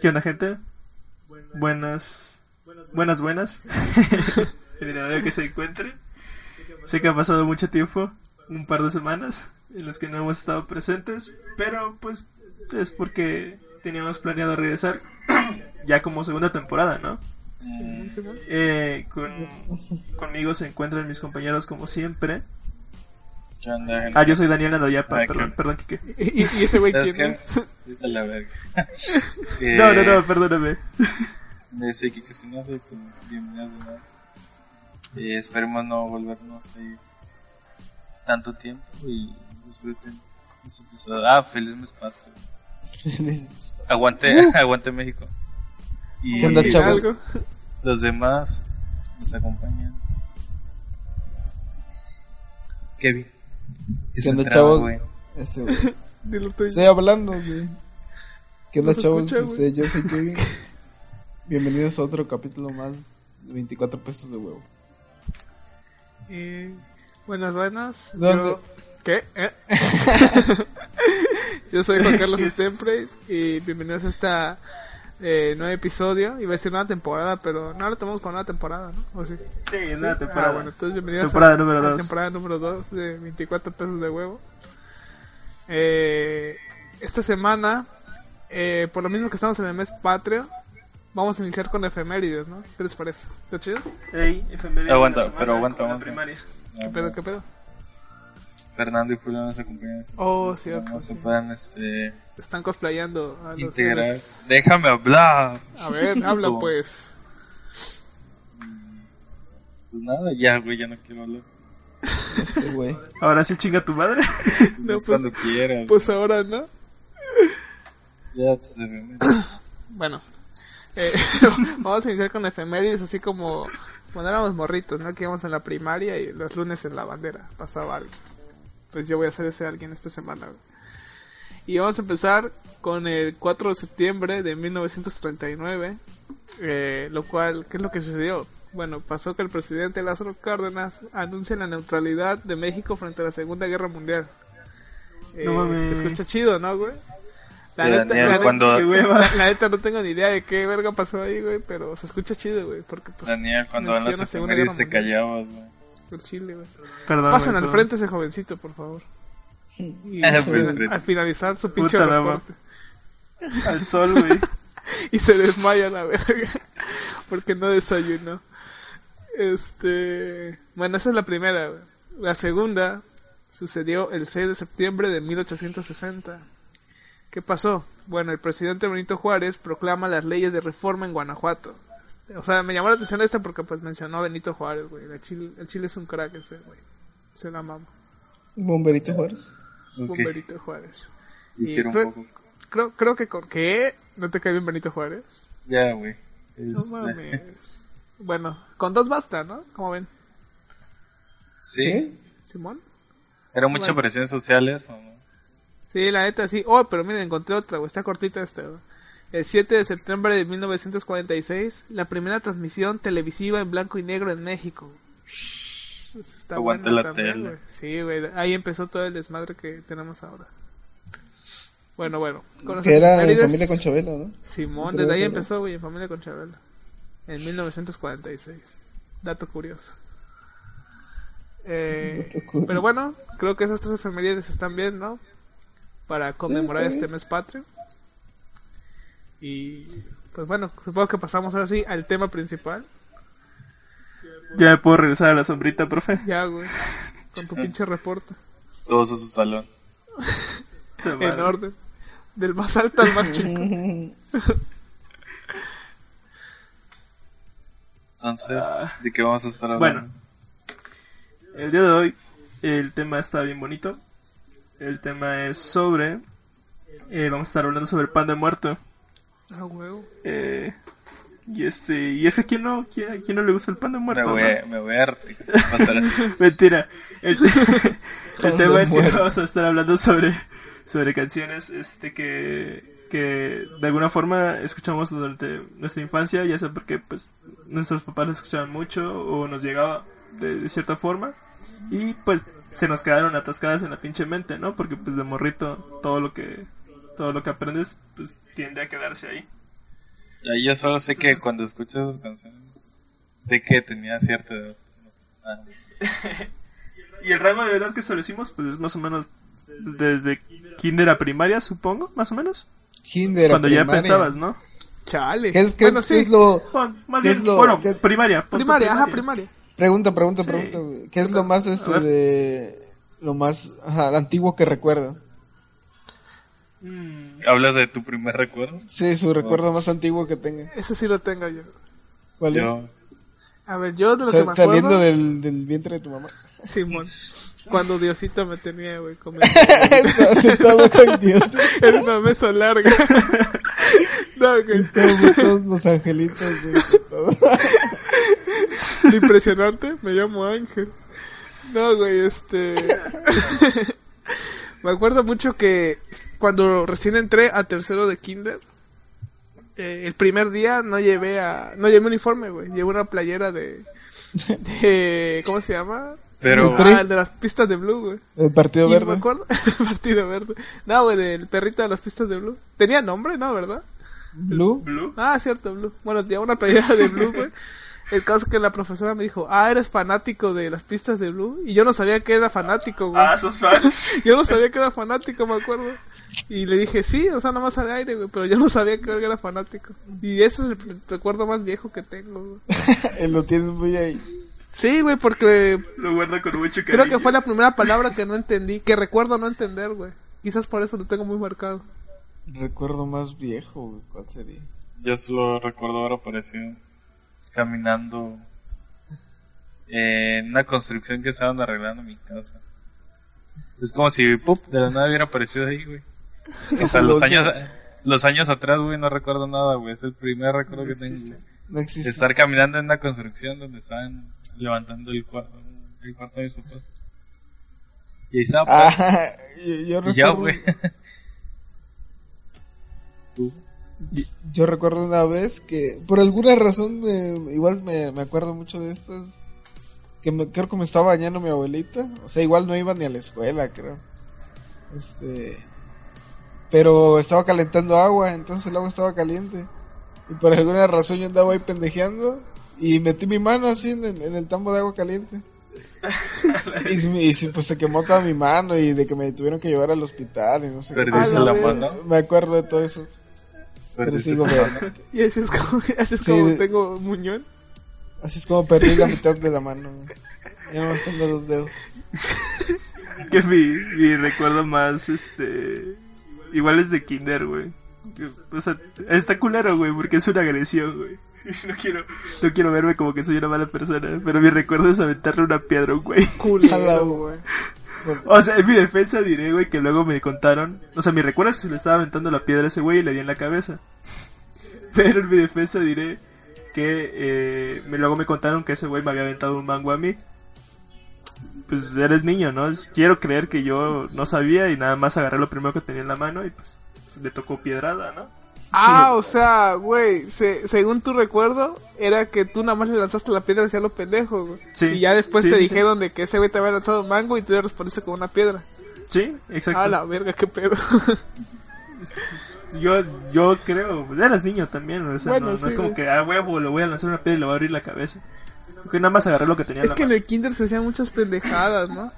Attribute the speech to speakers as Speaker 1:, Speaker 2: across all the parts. Speaker 1: ¿Qué onda, gente? Buenas. Buenas, buenas. en el horario que se encuentre. Sé que ha pasado mucho tiempo, un par de semanas, en las que no hemos estado presentes, pero pues es porque teníamos planeado regresar ya como segunda temporada, ¿no? Eh, con- conmigo se encuentran mis compañeros como siempre.
Speaker 2: ¿Qué onda, gente?
Speaker 1: Ah, yo soy Daniel Andoyapa,
Speaker 2: Ah,
Speaker 1: perdón,
Speaker 2: qué-
Speaker 1: perdón, Kike.
Speaker 3: Y, y ese güey
Speaker 2: ¿Sabes
Speaker 3: tiene.
Speaker 2: qué? Vete a la verga.
Speaker 1: No, no, no,
Speaker 2: Eh,
Speaker 1: perdóname.
Speaker 2: Yo soy Kike Espinosa y pues bienvenidos de nuevo. Eh, esperemos no volvernos ahí tanto tiempo y disfruten este episodio. Ah, feliz mes patrio. Aguante, aguante México. Y
Speaker 4: Uh. ¿Qué onda,
Speaker 2: los-
Speaker 4: chavos?
Speaker 3: Algo.
Speaker 2: Los demás nos acompañan. Kevin.
Speaker 4: ¿Qué onda,
Speaker 2: Esa traba,
Speaker 4: chavos?
Speaker 2: güey.
Speaker 4: Este, güey.
Speaker 3: Dilo tú.
Speaker 4: Estoy hablando, güey. ¿Qué onda,
Speaker 3: Nos
Speaker 4: chavos?
Speaker 3: escucha,
Speaker 4: Este, yo soy Kevin. Bienvenidos a otro capítulo más de 24 pesos de huevo.
Speaker 3: Eh, buenas, buenas.
Speaker 4: ¿Dónde?
Speaker 3: Yo... ¿Qué? ¿Eh? Yo soy Juan Carlos
Speaker 1: Yes.
Speaker 3: Estempres y bienvenidos a esta eh, nuevo episodio. Iba a decir nueva temporada, pero no lo tomamos con una temporada, ¿no? ¿O sí?
Speaker 1: Sí, es una
Speaker 3: Sí.
Speaker 1: temporada.
Speaker 3: Ah, bueno, entonces bienvenidos
Speaker 1: Temporada
Speaker 3: a
Speaker 1: número
Speaker 3: a la
Speaker 1: dos.
Speaker 3: temporada número 2 de 24 pesos de huevo. Eh, esta semana, eh, por lo mismo que estamos en el mes patrio, vamos a iniciar con efemérides, ¿no? ¿Qué les parece? ¿Está chido?
Speaker 1: Ey, efeméride
Speaker 2: Aguanta,
Speaker 1: de la semana,
Speaker 2: pero aguanta,
Speaker 1: como la
Speaker 2: aguanta.
Speaker 1: primaria.
Speaker 3: ¿Qué pedo, qué pedo?
Speaker 2: Fernando y Julio nos acompañan. en este
Speaker 3: Oh,
Speaker 2: proceso,
Speaker 3: cierto,
Speaker 2: No se
Speaker 3: sí.
Speaker 2: puedan este,
Speaker 3: Están cosplayando Ah, a los
Speaker 2: integrar.
Speaker 3: héroes.
Speaker 2: Déjame hablar.
Speaker 3: A ver, habla
Speaker 2: No.
Speaker 3: pues.
Speaker 2: Pues nada, ya, güey, ya no quiero hablar.
Speaker 4: Este, güey.
Speaker 1: Ahora sí chinga tu madre.
Speaker 2: No,
Speaker 3: No,
Speaker 2: es
Speaker 3: pues-
Speaker 2: cuando quieras.
Speaker 3: Pues ahora, ¿no?
Speaker 2: ya, pues, se ven.
Speaker 3: Bueno, eh, vamos a iniciar con efemérides, así como cuando éramos morritos, ¿no? Que íbamos en la primaria y los lunes en la bandera pasaba algo. Pues yo voy a ser ese alguien esta semana. güey. Y vamos a empezar con el 4 de septiembre de 1939, eh, lo cual, ¿qué es lo que sucedió? Bueno, pasó que el presidente Lázaro Cárdenas anuncia la neutralidad de México frente a la Segunda Guerra Mundial. Eh,
Speaker 1: No mames.
Speaker 3: se escucha chido, ¿no, güey? La
Speaker 2: Eh,
Speaker 3: neta-
Speaker 2: Daniel,
Speaker 3: la neta-
Speaker 2: cuando-
Speaker 1: Qué hueva.
Speaker 3: la neta no tengo ni idea de qué verga pasó ahí, güey, pero se escucha chido, güey, porque pues
Speaker 2: Daniel, cuando van las
Speaker 3: menciona Segunda
Speaker 2: efemérides te
Speaker 3: Guerra Mundial
Speaker 2: callabas, güey.
Speaker 3: del Chile, güey.
Speaker 1: Perdón.
Speaker 3: Pasen
Speaker 1: güey,
Speaker 3: al
Speaker 1: perdón.
Speaker 3: frente ese jovencito, por favor. Y
Speaker 2: Ah,
Speaker 3: al,
Speaker 2: pues,
Speaker 3: final-
Speaker 2: pues.
Speaker 3: al finalizar su pinche
Speaker 1: Puta la madre.
Speaker 3: reporte
Speaker 1: Al sol, güey.
Speaker 3: y se desmaya la verga porque no desayunó. Este, bueno, esa es la primera, güey. La segunda sucedió el 6 de septiembre de 1860. ¿Qué pasó? Bueno, el presidente Benito Juárez proclama las leyes de reforma en Guanajuato. O sea, me llamó la atención esta porque pues mencionó a Benito Juárez, güey. El Chile, el Chile es un crack ese, güey. Se la mama.
Speaker 4: Bomberito Juárez.
Speaker 2: Ok,
Speaker 3: Bomberito Juárez.
Speaker 2: y
Speaker 3: y
Speaker 2: quiero un
Speaker 3: creo-
Speaker 2: poco.
Speaker 3: Creo, creo que con... ¿Qué? ¿No te cae bien Benito Juárez?
Speaker 2: Ya, güey.
Speaker 3: No
Speaker 2: Este,
Speaker 3: mames. Bueno, con dos basta, ¿no? Como ven,
Speaker 2: ¿Sí?
Speaker 3: Simón.
Speaker 2: ¿Era mucha
Speaker 3: Bueno.
Speaker 2: presión social eso, no?
Speaker 3: Sí, la neta, sí. Oh, pero miren, encontré otra, güey. Está cortita esta, güey. El 7 de septiembre de 1946, la primera transmisión televisiva en blanco y negro en México. Shhh, eso Está
Speaker 2: Aguante
Speaker 3: bueno
Speaker 2: la
Speaker 3: también,
Speaker 2: tele.
Speaker 3: güey. Sí, güey. Ahí empezó todo el desmadre que tenemos ahora. Bueno, bueno. con los
Speaker 4: Que era en
Speaker 3: efemérides-
Speaker 4: familia con Chabela, ¿no?
Speaker 3: Simón,
Speaker 4: Creo
Speaker 3: desde ahí
Speaker 4: que era.
Speaker 3: empezó, güey, en familia con Chabela. En 1946. Dato curioso. Eh,
Speaker 4: Dato curioso.
Speaker 3: pero bueno, creo que esas tres efemérides están bien, ¿no? Para conmemorar
Speaker 4: está
Speaker 3: este
Speaker 4: bien.
Speaker 3: mes patrio. Y pues bueno, supongo que pasamos ahora sí al tema principal.
Speaker 1: Ya me puedo regresar a la sombrita, profe.
Speaker 3: Ya, güey. Con tu pinche reporte.
Speaker 2: Todos a su salón.
Speaker 1: Puta madre.
Speaker 3: En orden. Del más alto al más chico.
Speaker 2: Entonces,
Speaker 1: Ah.
Speaker 2: ¿de qué vamos a estar hablando?
Speaker 1: Bueno, el día de hoy el tema está bien bonito. El tema es sobre. eh, vamos a estar hablando sobre el pan de muerto.
Speaker 3: Ah, huevo.
Speaker 1: Eh, y este, y es que ¿a quién no, quién- a quién no le gusta el pan de
Speaker 2: me
Speaker 1: muerto.
Speaker 2: voy,
Speaker 1: no?
Speaker 2: a- me voy a re- pasar a-
Speaker 1: Mentira. El, el
Speaker 4: Pan
Speaker 1: tema
Speaker 4: de
Speaker 1: es que
Speaker 4: muerto.
Speaker 1: vamos a estar hablando sobre, sobre canciones este que que de alguna forma escuchamos durante nuestra infancia, ya sea porque pues nuestros papás las escuchaban mucho o nos llegaba de, de cierta forma y pues se nos quedaron atascadas en la pinche mente, ¿no? Porque pues de morrito todo lo que todo lo que aprendes pues tiende a quedarse ahí.
Speaker 2: Ya, yo solo sé que cuando escucho esas canciones, sé que tenía cierta edad. no sé, ah,
Speaker 1: Y el rango de edad que establecimos, pues es más o menos desde kinder a primaria, supongo, más o menos.
Speaker 4: Kinder. a
Speaker 1: Cuando ya
Speaker 4: primaria.
Speaker 1: pensabas, ¿no?
Speaker 3: Chale.
Speaker 4: ¿Qué es, qué
Speaker 3: bueno,
Speaker 4: es-
Speaker 3: sí.
Speaker 4: qué es lo...
Speaker 1: Bueno, más
Speaker 4: ¿Qué
Speaker 1: bien,
Speaker 4: es lo-
Speaker 1: bueno,
Speaker 4: qué-
Speaker 1: primaria. pon tu
Speaker 3: Primaria, ajá, primaria.
Speaker 4: Pregunta, pregunta,
Speaker 1: Sí.
Speaker 4: pregunta. güey. ¿Qué es lo más, este,
Speaker 1: ver.
Speaker 4: de... Lo más ajá, antiguo que recuerda?
Speaker 1: Mm,
Speaker 2: ¿Hablas de tu primer recuerdo?
Speaker 4: Sí, su
Speaker 3: Oh.
Speaker 4: recuerdo más antiguo que tenga.
Speaker 3: Ese sí lo tengo yo.
Speaker 4: ¿Cuál es?
Speaker 2: Yo,
Speaker 3: A ver, yo de lo
Speaker 4: Sa-
Speaker 3: que me acuerdo.
Speaker 4: saliendo del, del vientre de tu mamá.
Speaker 3: Simón. Cuando Diosito me tenía, güey, como
Speaker 4: Estaba sentado con Dios.
Speaker 3: en una mesa larga. no, güey. este,
Speaker 4: Todos, todos los angelitos, güey, sentados.
Speaker 3: Lo impresionante, me llamo Ángel. No, güey, este. me acuerdo mucho que cuando recién entré a tercero de kinder, eh, el primer día no llevé a. No llevé uniforme, güey. Llevé una playera de. de ¿Cómo se llama?
Speaker 2: pero,
Speaker 4: Pero-
Speaker 3: Ah, el de las pistas de blue, güey.
Speaker 4: El partido
Speaker 3: Y
Speaker 4: verde.
Speaker 3: me acuerdo, partido verde. No, güey, del perrito de las pistas de Blue. Tenía nombre, ¿no? ¿Verdad?
Speaker 4: Blue.
Speaker 1: Blue.
Speaker 3: Ah, cierto, Blue. Bueno, tenía una playera de Blue, güey. El caso es que la profesora me dijo, ah, eres fanático de las pistas de Blue. Y yo no sabía que era fanático, güey.
Speaker 1: Ah, sos fan.
Speaker 3: Yo no sabía que era fanático, me acuerdo. Y le dije, sí, o sea, nada más al aire, güey. Pero yo no sabía que era fanático. Y ese es el pre- recuerdo más viejo que tengo, güey.
Speaker 4: Eh, Lo tienes muy ahí.
Speaker 3: Sí, güey, porque
Speaker 1: Lo guardo con mucho cariño.
Speaker 3: creo que fue la primera palabra que no entendí, que recuerdo no entender, güey. Quizás por eso lo tengo muy marcado.
Speaker 4: Recuerdo más viejo, güey, ¿cuál sería?
Speaker 2: yo solo recuerdo ahora apareció caminando en una construcción que estaban arreglando en mi casa. Es como si, ¡pup! de la nada hubiera aparecido ahí, güey. O sea, los años, los años atrás, güey, no recuerdo nada, güey. Es el primer recuerdo que tengo. güey.
Speaker 4: No existe.
Speaker 2: estar caminando en una construcción donde estaban levantando el cuarto, el cuarto de mis papás. Y ahí estaba.
Speaker 4: Ah, yo, yo
Speaker 2: y ya,
Speaker 4: recuerdo,
Speaker 2: güey. Tú.
Speaker 4: Ah, yo recuerdo una vez que, por alguna razón, me- igual me, me acuerdo mucho de esto, es que me- creo que me estaba bañando mi abuelita, o sea, igual no iba ni a la escuela, creo. Este, pero estaba calentando agua, entonces el agua estaba caliente. Y por alguna razón yo andaba ahí pendejeando y metí mi mano así en el, en el tambo de agua caliente. y, se me- y se- pues se quemó toda mi mano y de que me tuvieron que llevar al hospital y no sé qué.
Speaker 2: Perdiste
Speaker 3: Ah, la
Speaker 2: la
Speaker 3: verga.
Speaker 2: mano.
Speaker 4: Me acuerdo de todo eso. Pero
Speaker 2: Perdiste
Speaker 4: sigo
Speaker 2: la
Speaker 4: feo.
Speaker 2: mano.
Speaker 3: Y así es como, así es
Speaker 4: Sí,
Speaker 3: como
Speaker 4: de-
Speaker 3: tengo muñón.
Speaker 4: Así es como perdí la mitad de la mano. güey. Ya no más tengo dos dedos.
Speaker 1: Que mi, mi recuerdo más, este... Igual es de kinder, güey. Que- O sea, está culero, güey, porque es una agresión, güey. No quiero, no quiero verme como que soy una mala persona, pero mi recuerdo es aventarle una piedra a un güey.
Speaker 4: Ala,
Speaker 3: Culero, güey.
Speaker 1: O sea, en mi defensa diré, güey, que luego me contaron. O sea, mi recuerdo es que se le estaba aventando la piedra a ese güey y le di en la cabeza. Pero en mi defensa diré que eh, me- luego me contaron que ese güey me había aventado un mango a mí. Pues eres niño, ¿no? Es- Quiero creer que yo no sabía y nada más agarré lo primero que tenía en la mano y pues le tocó piedrada, ¿no?
Speaker 3: Ah, o sea, güey, se- según tu recuerdo, era que tú nada más le lanzaste la piedra hacia los pendejos, güey.
Speaker 1: Sí.
Speaker 3: Y ya después
Speaker 1: Sí,
Speaker 3: te
Speaker 1: sí,
Speaker 3: dijeron de que ese güey te había lanzado un mango y tú le respondiste con una piedra.
Speaker 1: Sí, exacto.
Speaker 3: Ah, la verga, qué pedo.
Speaker 1: Yo, yo creo, pues, eras niño también, o sea,
Speaker 3: Bueno,
Speaker 1: no, no
Speaker 3: sí,
Speaker 1: es como
Speaker 3: güey.
Speaker 1: que, ah, huevo, le voy a lanzar una piedra y le voy a abrir la cabeza. Que nada más agarré lo que tenía en
Speaker 3: es
Speaker 1: la
Speaker 3: que en
Speaker 1: mano.
Speaker 3: el kinder se hacían muchas pendejadas, ¿no?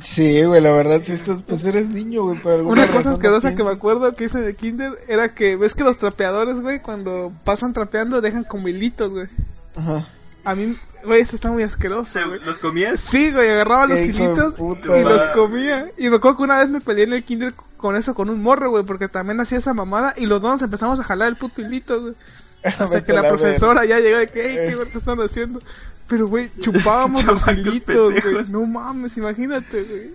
Speaker 4: Sí, güey, la verdad, sí estás, pues eres niño, güey, por alguna
Speaker 3: Una cosa
Speaker 4: razón no
Speaker 3: asquerosa que me
Speaker 4: piensas.
Speaker 3: acuerdo que hice de kinder era que, ves que los trapeadores, güey, cuando pasan trapeando dejan como hilitos, güey.
Speaker 4: Ajá.
Speaker 3: A mí, güey, eso está muy asqueroso,
Speaker 1: Se-
Speaker 3: güey.
Speaker 1: ¿Los comías?
Speaker 3: Sí, güey, agarraba los
Speaker 4: Qué hijo de
Speaker 3: hilitos
Speaker 4: puta,
Speaker 3: y los
Speaker 1: güey.
Speaker 3: comía. Y me acuerdo que una vez me peleé en el kinder con eso, con un morro, güey, porque también hacía esa mamada y los dos nos empezamos a jalar el puto hilito, güey. Hasta
Speaker 4: Vete
Speaker 3: que
Speaker 4: a
Speaker 3: la
Speaker 4: verga. Eh.
Speaker 3: profesora ya llegó de que, hey, qué verga están haciendo. Pero, güey, chupábamos los
Speaker 1: Chamacos
Speaker 3: hilitos, güey.
Speaker 1: pendejos.
Speaker 3: No mames, imagínate, güey.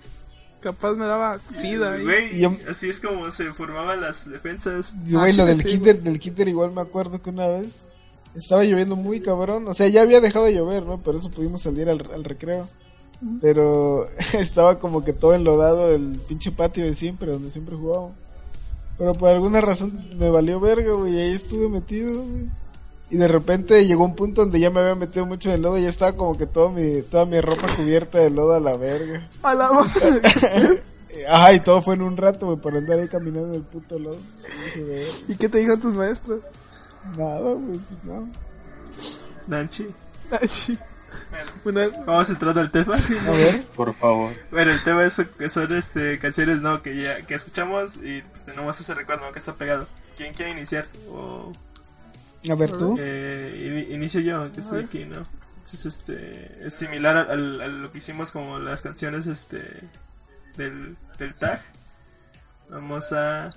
Speaker 3: Capaz me daba sida, ahí.
Speaker 1: Güey,
Speaker 4: Yo-
Speaker 1: así es como se formaban las defensas.
Speaker 4: Güey,
Speaker 3: Ah,
Speaker 4: lo
Speaker 3: chile,
Speaker 4: del
Speaker 3: sí,
Speaker 4: kinder, del kinder igual me acuerdo que una vez estaba lloviendo muy cabrón, o sea, ya había dejado de llover, ¿no? Por eso pudimos salir al, al recreo. Pero estaba como que todo enlodado el pinche patio de siempre, donde siempre jugábamos. Pero por alguna razón me valió verga, güey, y ahí estuve metido, güey. Y de repente llegó un punto donde ya me había metido mucho de lodo y ya estaba como que todo mi, toda mi ropa cubierta de lodo a la verga.
Speaker 3: A la madre.
Speaker 4: Ajá, y todo fue en un rato, güey, por andar ahí caminando en el puto lodo. Y dije, "Verga".
Speaker 3: ¿Y qué te dijeron tus maestros?
Speaker 4: Nada, güey, pues no.
Speaker 1: Nanchi.
Speaker 3: Ay, sí. Una vez-
Speaker 1: Vamos entrando al tema.
Speaker 4: A ver.
Speaker 2: Por favor.
Speaker 1: Bueno, el tema es que son este, canciones no que ya que escuchamos y pues, tenemos ese recuerdo ¿no? que está pegado. ¿Quién quiere iniciar? O,
Speaker 4: A ver tú.
Speaker 1: eh, ini- inicio yo, que estoy aquí, ¿no? Entonces, este, es similar al- al- a, lo que hicimos como las canciones este, del, del tag. Vamos a...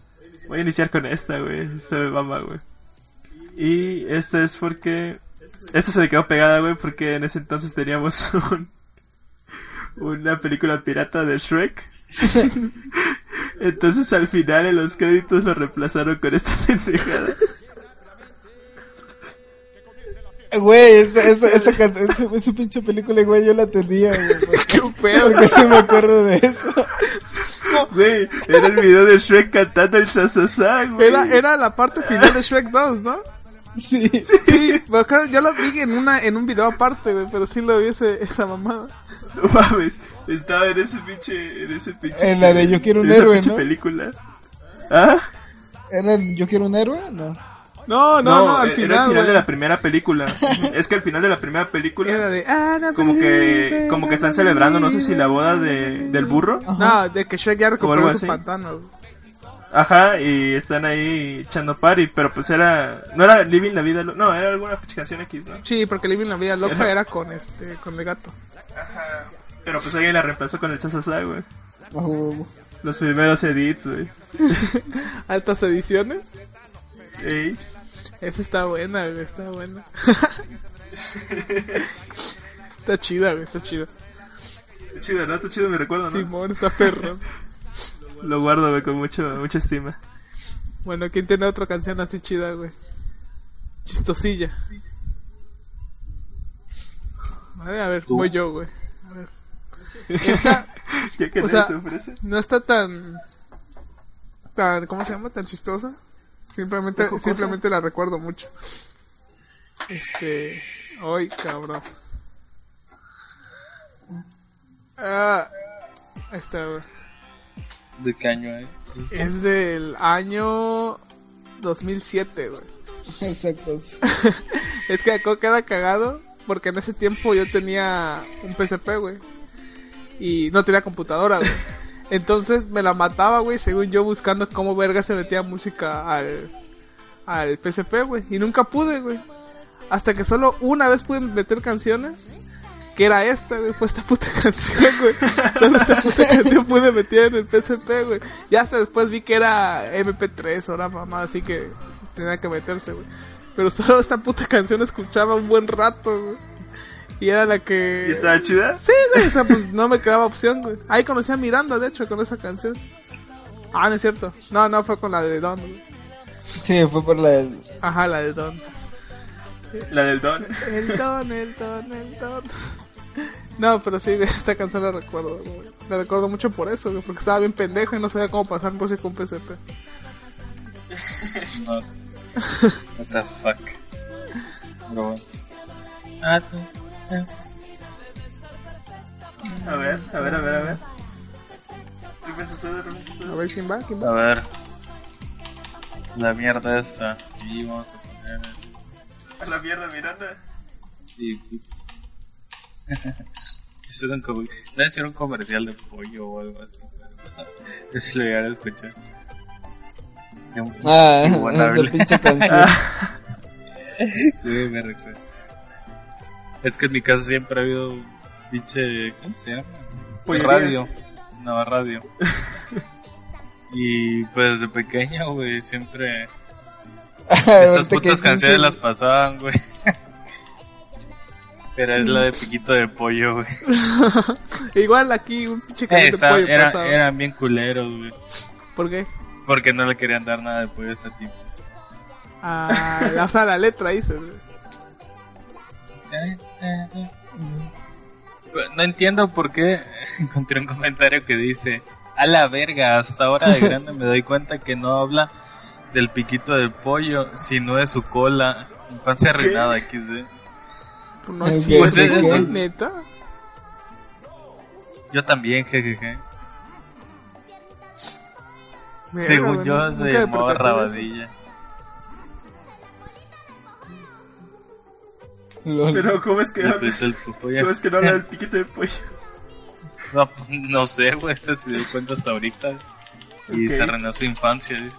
Speaker 1: Voy a iniciar con esta, güey. Esta me mama, güey. Y esta es porque... Esta se me quedó pegada, güey, porque en ese entonces teníamos un- una película pirata de Shrek. Entonces al final en los créditos lo reemplazaron con esta pendejada.
Speaker 4: Eh, Güey, esa, esa, esa, cas- esa- esa pinche película, güey, yo la tenía, güey. por-
Speaker 3: Qué pedo.
Speaker 4: Porque sí me acuerdo de eso.
Speaker 1: Güey, era el video de Shrek cantando el sasasá, güey.
Speaker 3: Era, era la parte final de Shrek 2, ¿no?
Speaker 4: Sí.
Speaker 3: Sí, me acuerdo, yo lo vi en una en un video aparte, güey, pero sí lo vi ese, esa mamada.
Speaker 1: No mames, estaba en ese pinche... En, ese pinche,
Speaker 4: En la de Yo quiero un
Speaker 1: en esa
Speaker 4: héroe,
Speaker 1: pinche
Speaker 4: ¿no?
Speaker 1: película. ¿Ah?
Speaker 4: ¿Era el Yo quiero un héroe? No.
Speaker 3: No, no, no, al
Speaker 1: era
Speaker 3: final,
Speaker 1: el final
Speaker 3: güey.
Speaker 1: de la primera película. es que al final de la primera
Speaker 3: Era
Speaker 1: película...
Speaker 3: de, "Ah, no,
Speaker 1: Como que,
Speaker 3: baby,
Speaker 1: como que están
Speaker 3: baby".
Speaker 1: celebrando, no sé si la boda de, del burro.
Speaker 3: No, de que Shrek ya
Speaker 1: algo
Speaker 3: recuperó sus
Speaker 1: así.
Speaker 3: pantanos.
Speaker 1: Ajá, y están ahí echando party, pero pues era... No era Living la Vida... Lo- No, era alguna pinche canción X, ¿no?
Speaker 3: Sí, porque Living la Vida Loca era con este con el gato.
Speaker 1: Ajá. Pero pues alguien la reemplazó con el chasasá, güey.
Speaker 4: Bajo huevo.
Speaker 1: Los primeros edits, güey.
Speaker 3: Altas ediciones.
Speaker 1: Ey.
Speaker 3: Esa está buena, güey, está buena. está chida, güey, está chida.
Speaker 1: Está chido, ¿no? Está chido mi recuerdo, ¿no?
Speaker 3: Simón está perro.
Speaker 1: Lo guardo, güey, con mucho, mucha estima.
Speaker 3: Bueno, ¿quién tiene otra canción así chida, güey? Chistosilla. Vale, a ver,
Speaker 2: Tú.
Speaker 3: voy yo, güey. A ver. Esta
Speaker 1: Ya que
Speaker 3: O
Speaker 1: nadie
Speaker 3: sea-
Speaker 1: se ofrece.
Speaker 3: no está tan... tan ¿Cómo se llama? Tan chistosa. Simplemente,
Speaker 1: Jocosa.
Speaker 3: simplemente la recuerdo mucho. Este... Ay, cabrón. Ah, ahí está, güey.
Speaker 2: ¿De qué año eh?
Speaker 3: Es del año 2007, güey.
Speaker 4: Esa cosa.
Speaker 3: Es que acá queda cagado porque en ese tiempo yo tenía un PSP, güey. Y no tenía computadora, güey. Entonces me la mataba, güey, según yo buscando cómo verga se metía música al, al PSP, güey. Y nunca pude, güey. Hasta que solo una vez pude meter canciones. Que era esta, güey. Fue esta puta canción, güey. Solo esta puta canción pude meter en el PSP, güey. Y hasta después vi que era MP3 o la mamá, así que tenía que meterse, güey. Pero solo esta puta canción escuchaba un buen rato, güey. Y era la que...
Speaker 1: ¿Y estaba chida?
Speaker 3: Sí, güey, o sea, pues no me quedaba opción, güey. Ahí conocí a Miranda, de hecho, con esa canción. Ah, no es cierto. No, no, fue con la de Don, güey.
Speaker 4: Sí, fue por la del...
Speaker 3: Ajá, la de Don.
Speaker 1: La del Don.
Speaker 3: El Don, el Don, el Don. No, pero sí, güey, esta canción la recuerdo, güey. La recuerdo mucho por eso, güey, porque estaba bien pendejo y no sabía cómo pasar por con PSP.
Speaker 2: No. What the fuck. Pero bueno. Ah, tú. Eso
Speaker 1: A ver, a ver, a ver, a ver. Rubens, ustedes, Rubens, ustedes.
Speaker 3: A ver quién va, quién
Speaker 2: sí.
Speaker 3: va.
Speaker 2: A ver. La mierda esta. Y vamos a poner este. esto.
Speaker 1: A la mierda, Miranda.
Speaker 2: Sí, puto. Eso era un comer- Debe ser un comercial de pollo o algo así. pero- Yo sí lo llegaron a escuchar. De un-
Speaker 4: Ah,
Speaker 2: Inigualable.
Speaker 4: esa pinche canción.
Speaker 1: Ah,
Speaker 2: Sí, me recuerda. Es que en mi casa siempre ha habido pinche. ¿Cómo se llama?
Speaker 1: Pollería.
Speaker 2: Radio. No, radio. y pues de pequeño, güey, siempre. Estas
Speaker 4: Ahorita que
Speaker 2: putas
Speaker 4: Ah, sí,
Speaker 2: canciones
Speaker 4: sí.
Speaker 2: las pasaban, güey. Pero es la de piquito de pollo, güey.
Speaker 3: Igual aquí un pinche caliente
Speaker 2: Esa-
Speaker 3: pollo
Speaker 2: era-
Speaker 3: pasado.
Speaker 2: eran bien culeros, güey.
Speaker 3: ¿Por qué?
Speaker 2: Porque no le querían dar nada de pollo a ese tipo.
Speaker 3: Ah, o sea, la letra dices, güey.
Speaker 2: No entiendo por qué encontré un comentario que dice, a la verga, hasta ahora de grande me doy cuenta que no habla del piquito del pollo, sino de su cola. Infancia arruinada, XD.
Speaker 3: No es
Speaker 4: Ok,
Speaker 3: cierto,
Speaker 2: pues, es-
Speaker 3: güey,
Speaker 2: es-
Speaker 3: neta.
Speaker 2: Yo también, jejeje.
Speaker 3: Mira,
Speaker 2: Según
Speaker 3: güey,
Speaker 2: yo
Speaker 3: nunca
Speaker 2: se
Speaker 3: me percaté
Speaker 2: llamaba
Speaker 3: de eso.
Speaker 2: rabadilla.
Speaker 4: Lol.
Speaker 1: Pero ¿cómo es que
Speaker 2: Le
Speaker 1: habla,
Speaker 2: apretó el coco, ya.
Speaker 1: ¿cómo es que no habla el piquete de pollo?
Speaker 2: No, no sé, güey, este se dio cuenta hasta ahorita. Y
Speaker 1: Ok.
Speaker 2: se arruinó su infancia, dice.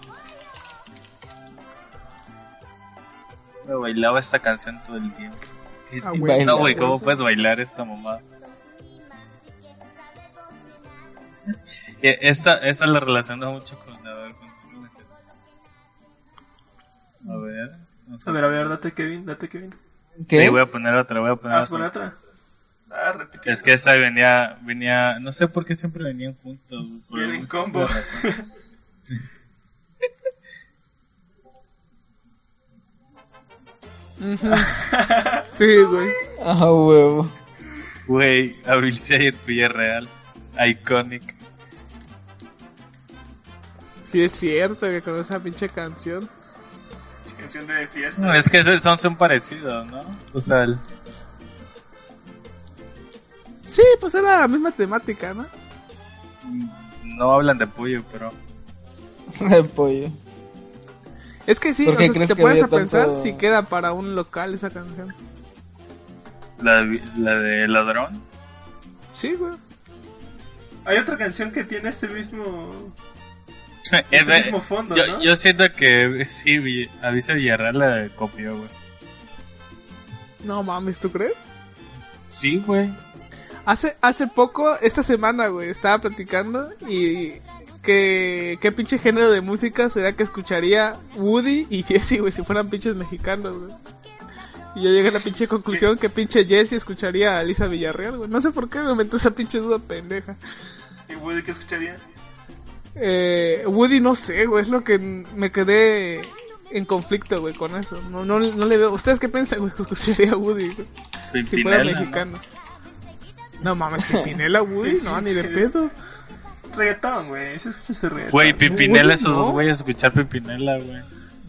Speaker 2: Me bailaba esta canción todo el tiempo. ¿Qué
Speaker 3: Ah,
Speaker 2: te-
Speaker 4: güey.
Speaker 2: no, güey,
Speaker 3: Ah,
Speaker 2: ¿cómo
Speaker 3: güey.
Speaker 2: puedes bailar esta mamá? Esta, esta la relaciono mucho con. A ver, con- A ver. no sé.
Speaker 1: A ver, a ver, date Kevin, date Kevin.
Speaker 4: ¿Qué?
Speaker 2: Sí, voy a poner otra, voy a poner
Speaker 1: Haz
Speaker 2: otra.
Speaker 1: por otra. Ah, repite.
Speaker 2: Es que esta venía, venía, no sé por qué siempre venían juntos. güey, por
Speaker 1: Vienen
Speaker 2: algún
Speaker 1: en combo.
Speaker 2: estúpido razón.
Speaker 3: Sí, güey.
Speaker 4: Ah, huevo.
Speaker 2: Güey, Avilcia y el Villarreal. Iconic.
Speaker 3: Sí, es cierto que con esa pinche canción.
Speaker 1: Canción de fiesta.
Speaker 2: No, es que ese- son, son parecidos, ¿no? O sea, el-
Speaker 3: Sí, pues era la misma temática, ¿no?
Speaker 2: no hablan de pollo, pero.
Speaker 4: El pollo.
Speaker 3: Es que sí,
Speaker 4: ¿Por
Speaker 3: o
Speaker 4: qué
Speaker 3: sea, si
Speaker 4: crees
Speaker 3: te
Speaker 4: que
Speaker 3: pones
Speaker 4: había
Speaker 3: a pensar
Speaker 4: tanto-
Speaker 3: si queda para un local esa canción.
Speaker 2: La, de vi- la de ladrón.
Speaker 3: Sí, güey.
Speaker 1: Hay otra canción que tiene este mismo. este
Speaker 2: Es de-
Speaker 1: mismo fondo,
Speaker 2: yo,
Speaker 1: ¿no?
Speaker 2: yo siento que sí, Vi- Avilcia Villarreal la copió, güey.
Speaker 3: No mames, ¿tú crees?
Speaker 2: Sí, güey.
Speaker 3: Hace, hace poco, esta semana, güey, estaba platicando y que qué pinche género de música será que escucharía Woody y Jesse, güey, si fueran pinches mexicanos, güey. Y yo llegué a la pinche conclusión que pinche Jesse escucharía a Lisa Villarreal, güey. No sé por qué me metió esa pinche duda pendeja.
Speaker 1: ¿Y Woody qué escucharía?
Speaker 3: Eh, Woody no sé, güey, es lo que n- me quedé en conflicto, güey, con eso. No, no, no le veo. ¿Ustedes qué piensan, güey, que escucharía Woody, güey? Si fuera
Speaker 2: Pimpinela, ¿no?
Speaker 3: mexicano. No mames, Pimpinela, Woody, no, ni de pedo.
Speaker 1: Reggaetón, güey. Se escucha su reggaetón.
Speaker 2: Güey, Pimpinela,
Speaker 3: Güey,
Speaker 2: esos
Speaker 3: no.
Speaker 2: dos güeyes, escuchar Pimpinela, güey.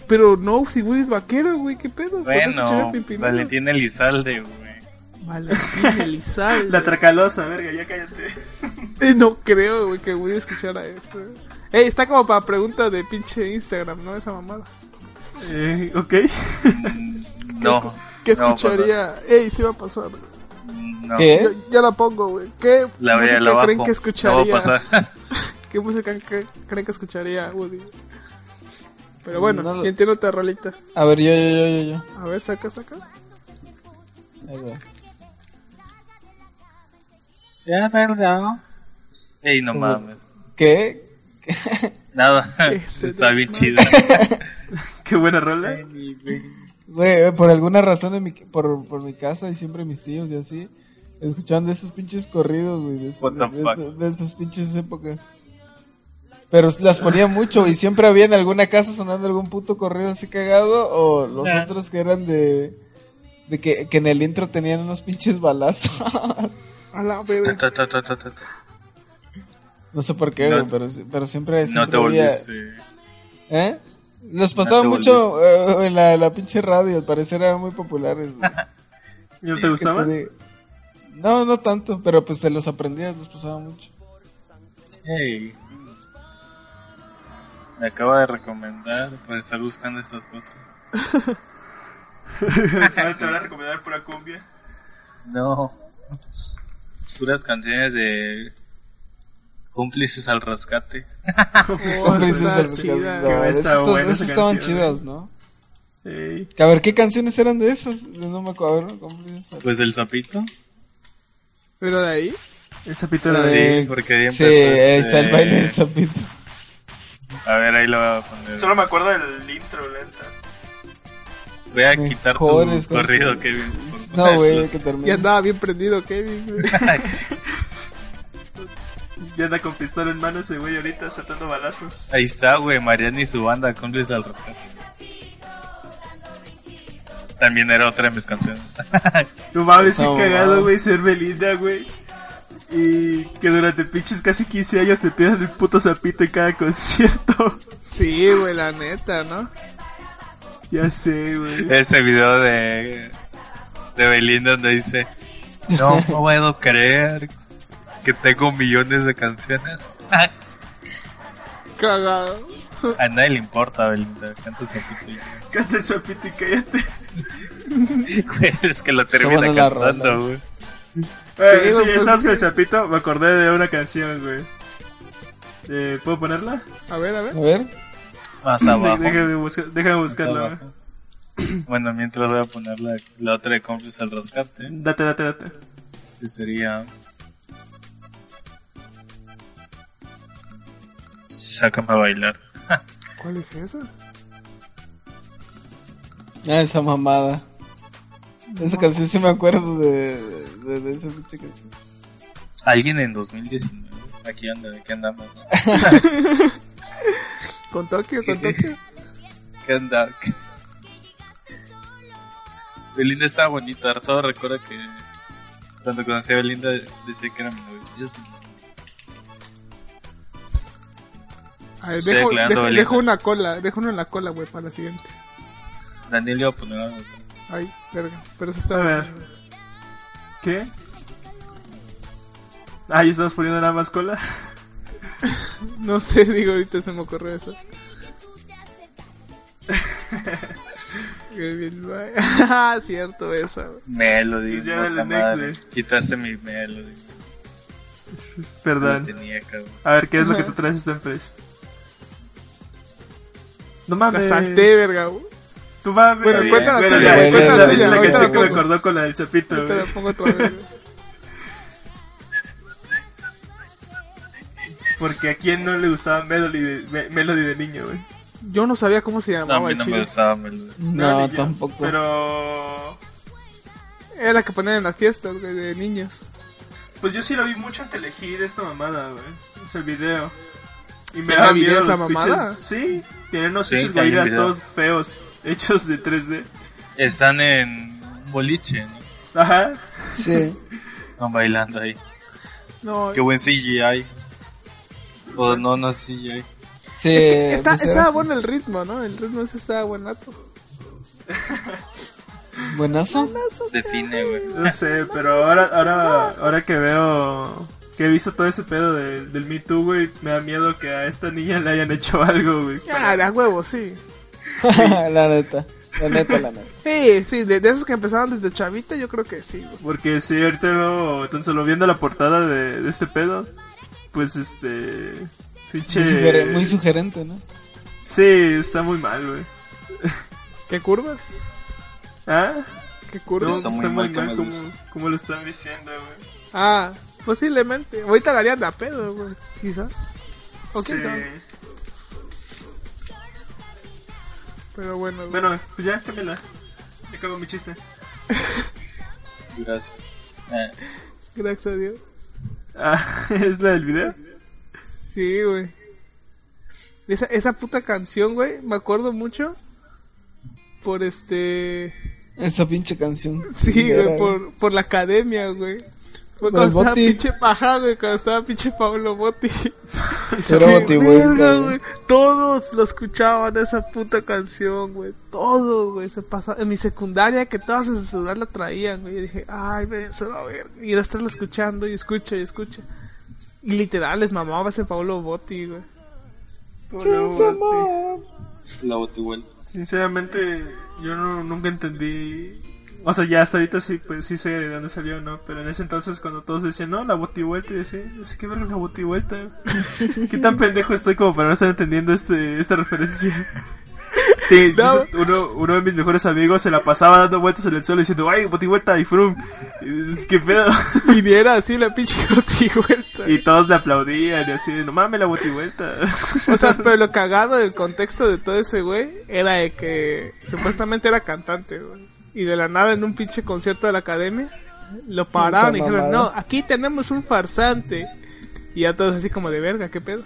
Speaker 3: Pero no, si Woody es vaquero, güey, ¿qué pedo? ¿Por qué quisiera
Speaker 2: Bueno,
Speaker 3: Pimpinela?
Speaker 2: Valentín Elizalde, güey.
Speaker 3: Valentín Elizalde.
Speaker 1: La tracalosa, verga, ya cállate.
Speaker 3: Eh, No creo, güey, que Woody escuchara eso. Ey, está como para pregunta de pinche Instagram, ¿no? Esa mamada.
Speaker 1: Eh, ok.
Speaker 2: Mm, no.
Speaker 3: ¿Qué
Speaker 2: no va a pasar.
Speaker 3: escucharía? Ey, sí va a pasar.
Speaker 2: No.
Speaker 1: ¿Eh?
Speaker 4: ¿Qué?
Speaker 3: Yo- ya la pongo, güey. ¿Qué
Speaker 2: La voy a
Speaker 3: música
Speaker 2: la bajo.
Speaker 3: creen que escucharía?
Speaker 2: No va a pasar.
Speaker 3: ¿Qué música cre- creen que escucharía Woody?
Speaker 1: Mm,
Speaker 3: Pero bueno,
Speaker 4: No lo-
Speaker 3: ya entiendo otra rolita.
Speaker 4: A ver, yo, yo, yo, yo,
Speaker 3: A ver, saca, saca.
Speaker 4: yo. Ahí va.
Speaker 2: Ya, verdad. Ey, no mames.
Speaker 4: ¿Qué?
Speaker 2: Nada.
Speaker 3: Ese
Speaker 2: Está bien chido.
Speaker 3: desmadre.
Speaker 1: Qué buena rola.
Speaker 4: Güey, eh, por alguna razón en mi, por, por mi casa y siempre mis tíos y así, escuchaban de esos pinches corridos, güey, de,
Speaker 2: What the
Speaker 4: de- de
Speaker 2: fuck?
Speaker 4: ese- de esas pinches épocas. Pero las ponía mucho y siempre había en alguna casa sonando algún puto corrido así cagado o los
Speaker 2: Nah.
Speaker 4: otros que eran de... De que, que en el intro tenían unos pinches balazos.
Speaker 3: A la verga.
Speaker 2: Ta, ta, ta, ta, ta, ta.
Speaker 4: no sé por qué,
Speaker 2: No-
Speaker 4: güey, pero, si- pero
Speaker 2: No
Speaker 4: siempre,
Speaker 2: te
Speaker 4: siempre había-
Speaker 2: volviste.
Speaker 4: ¿Eh? Los pasaba
Speaker 2: te
Speaker 4: mucho eh, en la, la pinche radio, al parecer eran muy populares. güey.
Speaker 1: ¿No te gustaba?
Speaker 4: Que te- No, no tanto, pero pues te los aprendías, los pasaba mucho.
Speaker 2: Ey. Me acaba de recomendar por estar buscando estas cosas.
Speaker 1: Ahora te van a recomendar pura cumbia.
Speaker 2: No. Puras canciones de cómplices al rescate.
Speaker 4: Ah,
Speaker 1: Oh,
Speaker 4: Los
Speaker 3: está
Speaker 4: Princesas del
Speaker 3: chida.
Speaker 4: Rescate,
Speaker 1: Qué
Speaker 4: no,
Speaker 1: buena
Speaker 4: esas
Speaker 1: esa-
Speaker 4: esta-
Speaker 1: buena
Speaker 4: esas
Speaker 1: esa
Speaker 4: estaban
Speaker 1: canción,
Speaker 4: chidas, ¿no?
Speaker 1: Ey.
Speaker 4: Que A ver, ¿qué canciones eran de esas? No me acuerdo. a ver, ¿cómo se llama?
Speaker 2: Pues del sapito.
Speaker 3: Pero de ahí,
Speaker 1: El sapito era
Speaker 4: Sí.
Speaker 1: de...
Speaker 2: Sí, porque ahí
Speaker 4: Sí,
Speaker 2: empezó,
Speaker 4: ahí está el
Speaker 2: este,
Speaker 4: baile del sapito.
Speaker 2: A ver, ahí lo voy a poner.
Speaker 1: Solo me acuerdo del intro, lenta.
Speaker 2: Voy a quitar tu
Speaker 4: Mejores
Speaker 2: corrido,
Speaker 4: canciones.
Speaker 2: Kevin.
Speaker 4: No, güey, que termine.
Speaker 3: ya andaba bien prendido Kevin. güey.
Speaker 1: Ya anda con pistola en mano ese güey ahorita saltando balazos.
Speaker 2: Ahí está, güey, Mariana y su banda, cómplices al rescate. También era otra de mis canciones.
Speaker 1: No mames, qué
Speaker 4: Esa
Speaker 1: cagado,
Speaker 4: mamada.
Speaker 1: güey, ser Belinda, güey. Y que durante pinches casi 15 años te pierdas el puto sapito en cada concierto.
Speaker 3: Sí, güey, la neta, ¿no?
Speaker 1: ya sé, güey.
Speaker 2: Ese video de, de Belinda donde dice: No puedo creer que tengo millones de canciones.
Speaker 3: Cagado.
Speaker 2: A nadie le importa, Belinda. Canta esa puta idea.
Speaker 1: Canta el sapito y cállate.
Speaker 2: Güey, es que lo termina
Speaker 4: buena la rola.
Speaker 2: cantando, güey.
Speaker 1: Eh,
Speaker 3: güey, pues-
Speaker 1: estabas con el chapito, me acordé de una canción, güey. Eh, ¿Puedo ponerla?
Speaker 3: A ver, a ver.
Speaker 4: A ver.
Speaker 2: Más abajo.
Speaker 1: De- déjame, busca- déjame
Speaker 2: más
Speaker 1: buscarla.
Speaker 2: abajo. Bueno, mientras voy a poner la, la otra de cómplice al
Speaker 1: güey.
Speaker 2: rescate,
Speaker 1: Date, date, date.
Speaker 2: que sería. Sácame a bailar.
Speaker 3: ¿Cuál es esa?
Speaker 4: Ah, esa mamada. Esa canción sí me acuerdo de, de, de esa pinche canción.
Speaker 2: Alguien en 2019. Aquí anda, ¿de qué andamos? no?
Speaker 3: ¿Con Tokio? ¿Con
Speaker 2: Sí.
Speaker 3: Tokio?
Speaker 2: ¿Qué onda? ¿Qué- Belinda estaba bonita. Solo recuerdo que cuando conocí a Belinda decía que era mi novia. Ella es mi novia.
Speaker 3: A ver,
Speaker 2: Estoy
Speaker 3: dejo,
Speaker 2: declarando
Speaker 3: dejo-
Speaker 2: valiente.
Speaker 3: dejo una cola, dejo una en la cola, güey, para la siguiente.
Speaker 2: Daniel iba a poner algo.
Speaker 3: Ay, verga. Pero eso
Speaker 1: A
Speaker 3: está
Speaker 1: ver. ¿Qué? Ah, ¿y estamos poniendo nada más cola?
Speaker 3: No sé, digo, ahorita se me ocurrió eso. ah, cierto, esa, güey.
Speaker 2: Melody.
Speaker 1: Pues ya dale
Speaker 2: puta
Speaker 1: next,
Speaker 2: madre.
Speaker 1: güey.
Speaker 2: Quitaste mi melody. La
Speaker 1: Perdón.
Speaker 2: tenía, cabrón.
Speaker 1: A ver, ¿qué es lo que tú traes esta empresa? No
Speaker 3: La
Speaker 1: mames.
Speaker 3: salté, verga, güey.
Speaker 1: Tú mames.
Speaker 3: Bueno,
Speaker 2: Está cuéntala
Speaker 1: Bueno,
Speaker 2: bien. tú,
Speaker 1: ya, cuéntala
Speaker 4: güey, cuéntala
Speaker 1: tú,
Speaker 4: tú,
Speaker 1: la
Speaker 4: ahorita
Speaker 1: canción
Speaker 4: la
Speaker 1: que me
Speaker 4: pongo.
Speaker 1: acordó con la del chapito,
Speaker 3: Ahorita la
Speaker 1: güey.
Speaker 3: pongo otra vez, güey.
Speaker 1: Porque a quién no le gustaba Melody de, Me- Melody de niño, güey.
Speaker 3: Yo no sabía cómo se
Speaker 2: No, a
Speaker 3: llamaba
Speaker 2: mí
Speaker 3: el
Speaker 2: no
Speaker 3: chile.
Speaker 2: me gustaba melody.
Speaker 4: No,
Speaker 1: Melody yo,
Speaker 4: tampoco.
Speaker 1: Pero.
Speaker 3: Era la que ponían en las fiestas, güey, de niños.
Speaker 1: Pues yo sí lo vi mucho en Telehit esta mamada, güey. O sea, el video. Y me
Speaker 3: ¿Era
Speaker 1: daba
Speaker 3: video
Speaker 1: miedo
Speaker 3: esa
Speaker 1: los
Speaker 3: mamada?
Speaker 1: pinches- Sí, tienen unos
Speaker 2: Sí,
Speaker 1: pinches
Speaker 2: hay un
Speaker 1: gorilas
Speaker 2: video.
Speaker 1: todos feos, hechos de 3D.
Speaker 2: Están en un boliche, ¿no?
Speaker 1: Ajá.
Speaker 4: Sí.
Speaker 2: Están bailando ahí.
Speaker 3: No,
Speaker 2: Qué buen CGI. O no, no es CGI.
Speaker 4: Sí.
Speaker 3: está,
Speaker 4: pues era
Speaker 3: estaba
Speaker 4: así.
Speaker 3: bueno el ritmo, ¿no? El ritmo ese estaba buenato.
Speaker 4: Buenazo.
Speaker 2: Define, güey.
Speaker 1: No sé, pero ahora, ahora, ahora que veo. Que he visto todo ese pedo de- del Me Too, güey. Me da miedo que a esta niña le hayan hecho algo, güey.
Speaker 3: Ah, las huevos, sí.
Speaker 4: la neta. La neta, la neta.
Speaker 3: Sí, sí, de, de esos que empezaban desde chavita, yo creo que sí, güey.
Speaker 1: Porque sí, ahorita veo, tan solo viendo la portada de, de este pedo, pues este... Pinche...
Speaker 4: Muy, sugere- muy sugerente, ¿no?
Speaker 1: sí, está muy mal, güey.
Speaker 3: ¿Qué curvas?
Speaker 1: ¿Ah?
Speaker 3: ¿Qué
Speaker 1: No,
Speaker 3: curvas?
Speaker 1: está,
Speaker 2: Está muy
Speaker 1: muy
Speaker 2: mal que
Speaker 1: mal
Speaker 2: me
Speaker 1: como,
Speaker 2: guste.
Speaker 1: como lo están vistiendo, güey.
Speaker 3: Ah, posiblemente. Ahorita la harían de a pedo, güey. Quizás. ¿O quién sabe?
Speaker 1: Sí.
Speaker 3: Pero bueno, güey.
Speaker 1: Bueno, pues ya, cámbiala. Ya acabo mi chiste.
Speaker 2: Gracias. Eh,
Speaker 3: gracias a Dios.
Speaker 1: Ah, ¿es la del video?
Speaker 3: Sí, güey. Esa, esa puta canción, güey, me acuerdo mucho. Por este.
Speaker 4: Esa pinche canción.
Speaker 3: Sí,
Speaker 4: Era-
Speaker 3: güey, por, por la academia, güey. Fue
Speaker 4: Por
Speaker 3: cuando
Speaker 4: el
Speaker 3: estaba
Speaker 4: Botti.
Speaker 3: pinche paja, güey, cuando estaba pinche Pablo Botti.
Speaker 4: Era
Speaker 3: Qué
Speaker 4: Botibuenca,
Speaker 3: verga,
Speaker 4: güey.
Speaker 3: güey. Todos lo escuchaban esa puta canción, güey. Todo, güey. Se pasaba. En mi secundaria, que todas en su celular la traían, güey. Yo dije, ay, ven, se va a ver. Y era estarla escuchando y escucha y escucha. Y literal, les mamaba ese Pablo Botti, güey.
Speaker 1: Hola, güey.
Speaker 2: la bote vuelta.
Speaker 1: Sinceramente, yo no, nunca entendí. O sea, ya hasta ahorita sí, pues sí sé de dónde salió, ¿no? Pero en ese entonces, cuando todos decían, no, la botivuelta, y decía, no sé qué verga la botivuelta. Qué tan pendejo estoy como para no estar entendiendo este, esta referencia. Sí,
Speaker 3: No.
Speaker 1: uno, uno de mis mejores amigos se la pasaba dando vueltas en el suelo diciendo, ay, botivuelta, y frum. Y, ¿Qué pedo?
Speaker 3: Y ni era así la pinche cortijuelta.
Speaker 1: Y todos le aplaudían y así, no mames la botivuelta.
Speaker 3: O sea, pero lo cagado del contexto de todo ese güey era de que supuestamente era cantante, güey. Y de la nada en un pinche concierto de la academia lo pararon y
Speaker 4: Esa
Speaker 3: dijeron, no,
Speaker 4: mamada.
Speaker 3: aquí tenemos un farsante. Y ya todos así como de verga, qué pedo.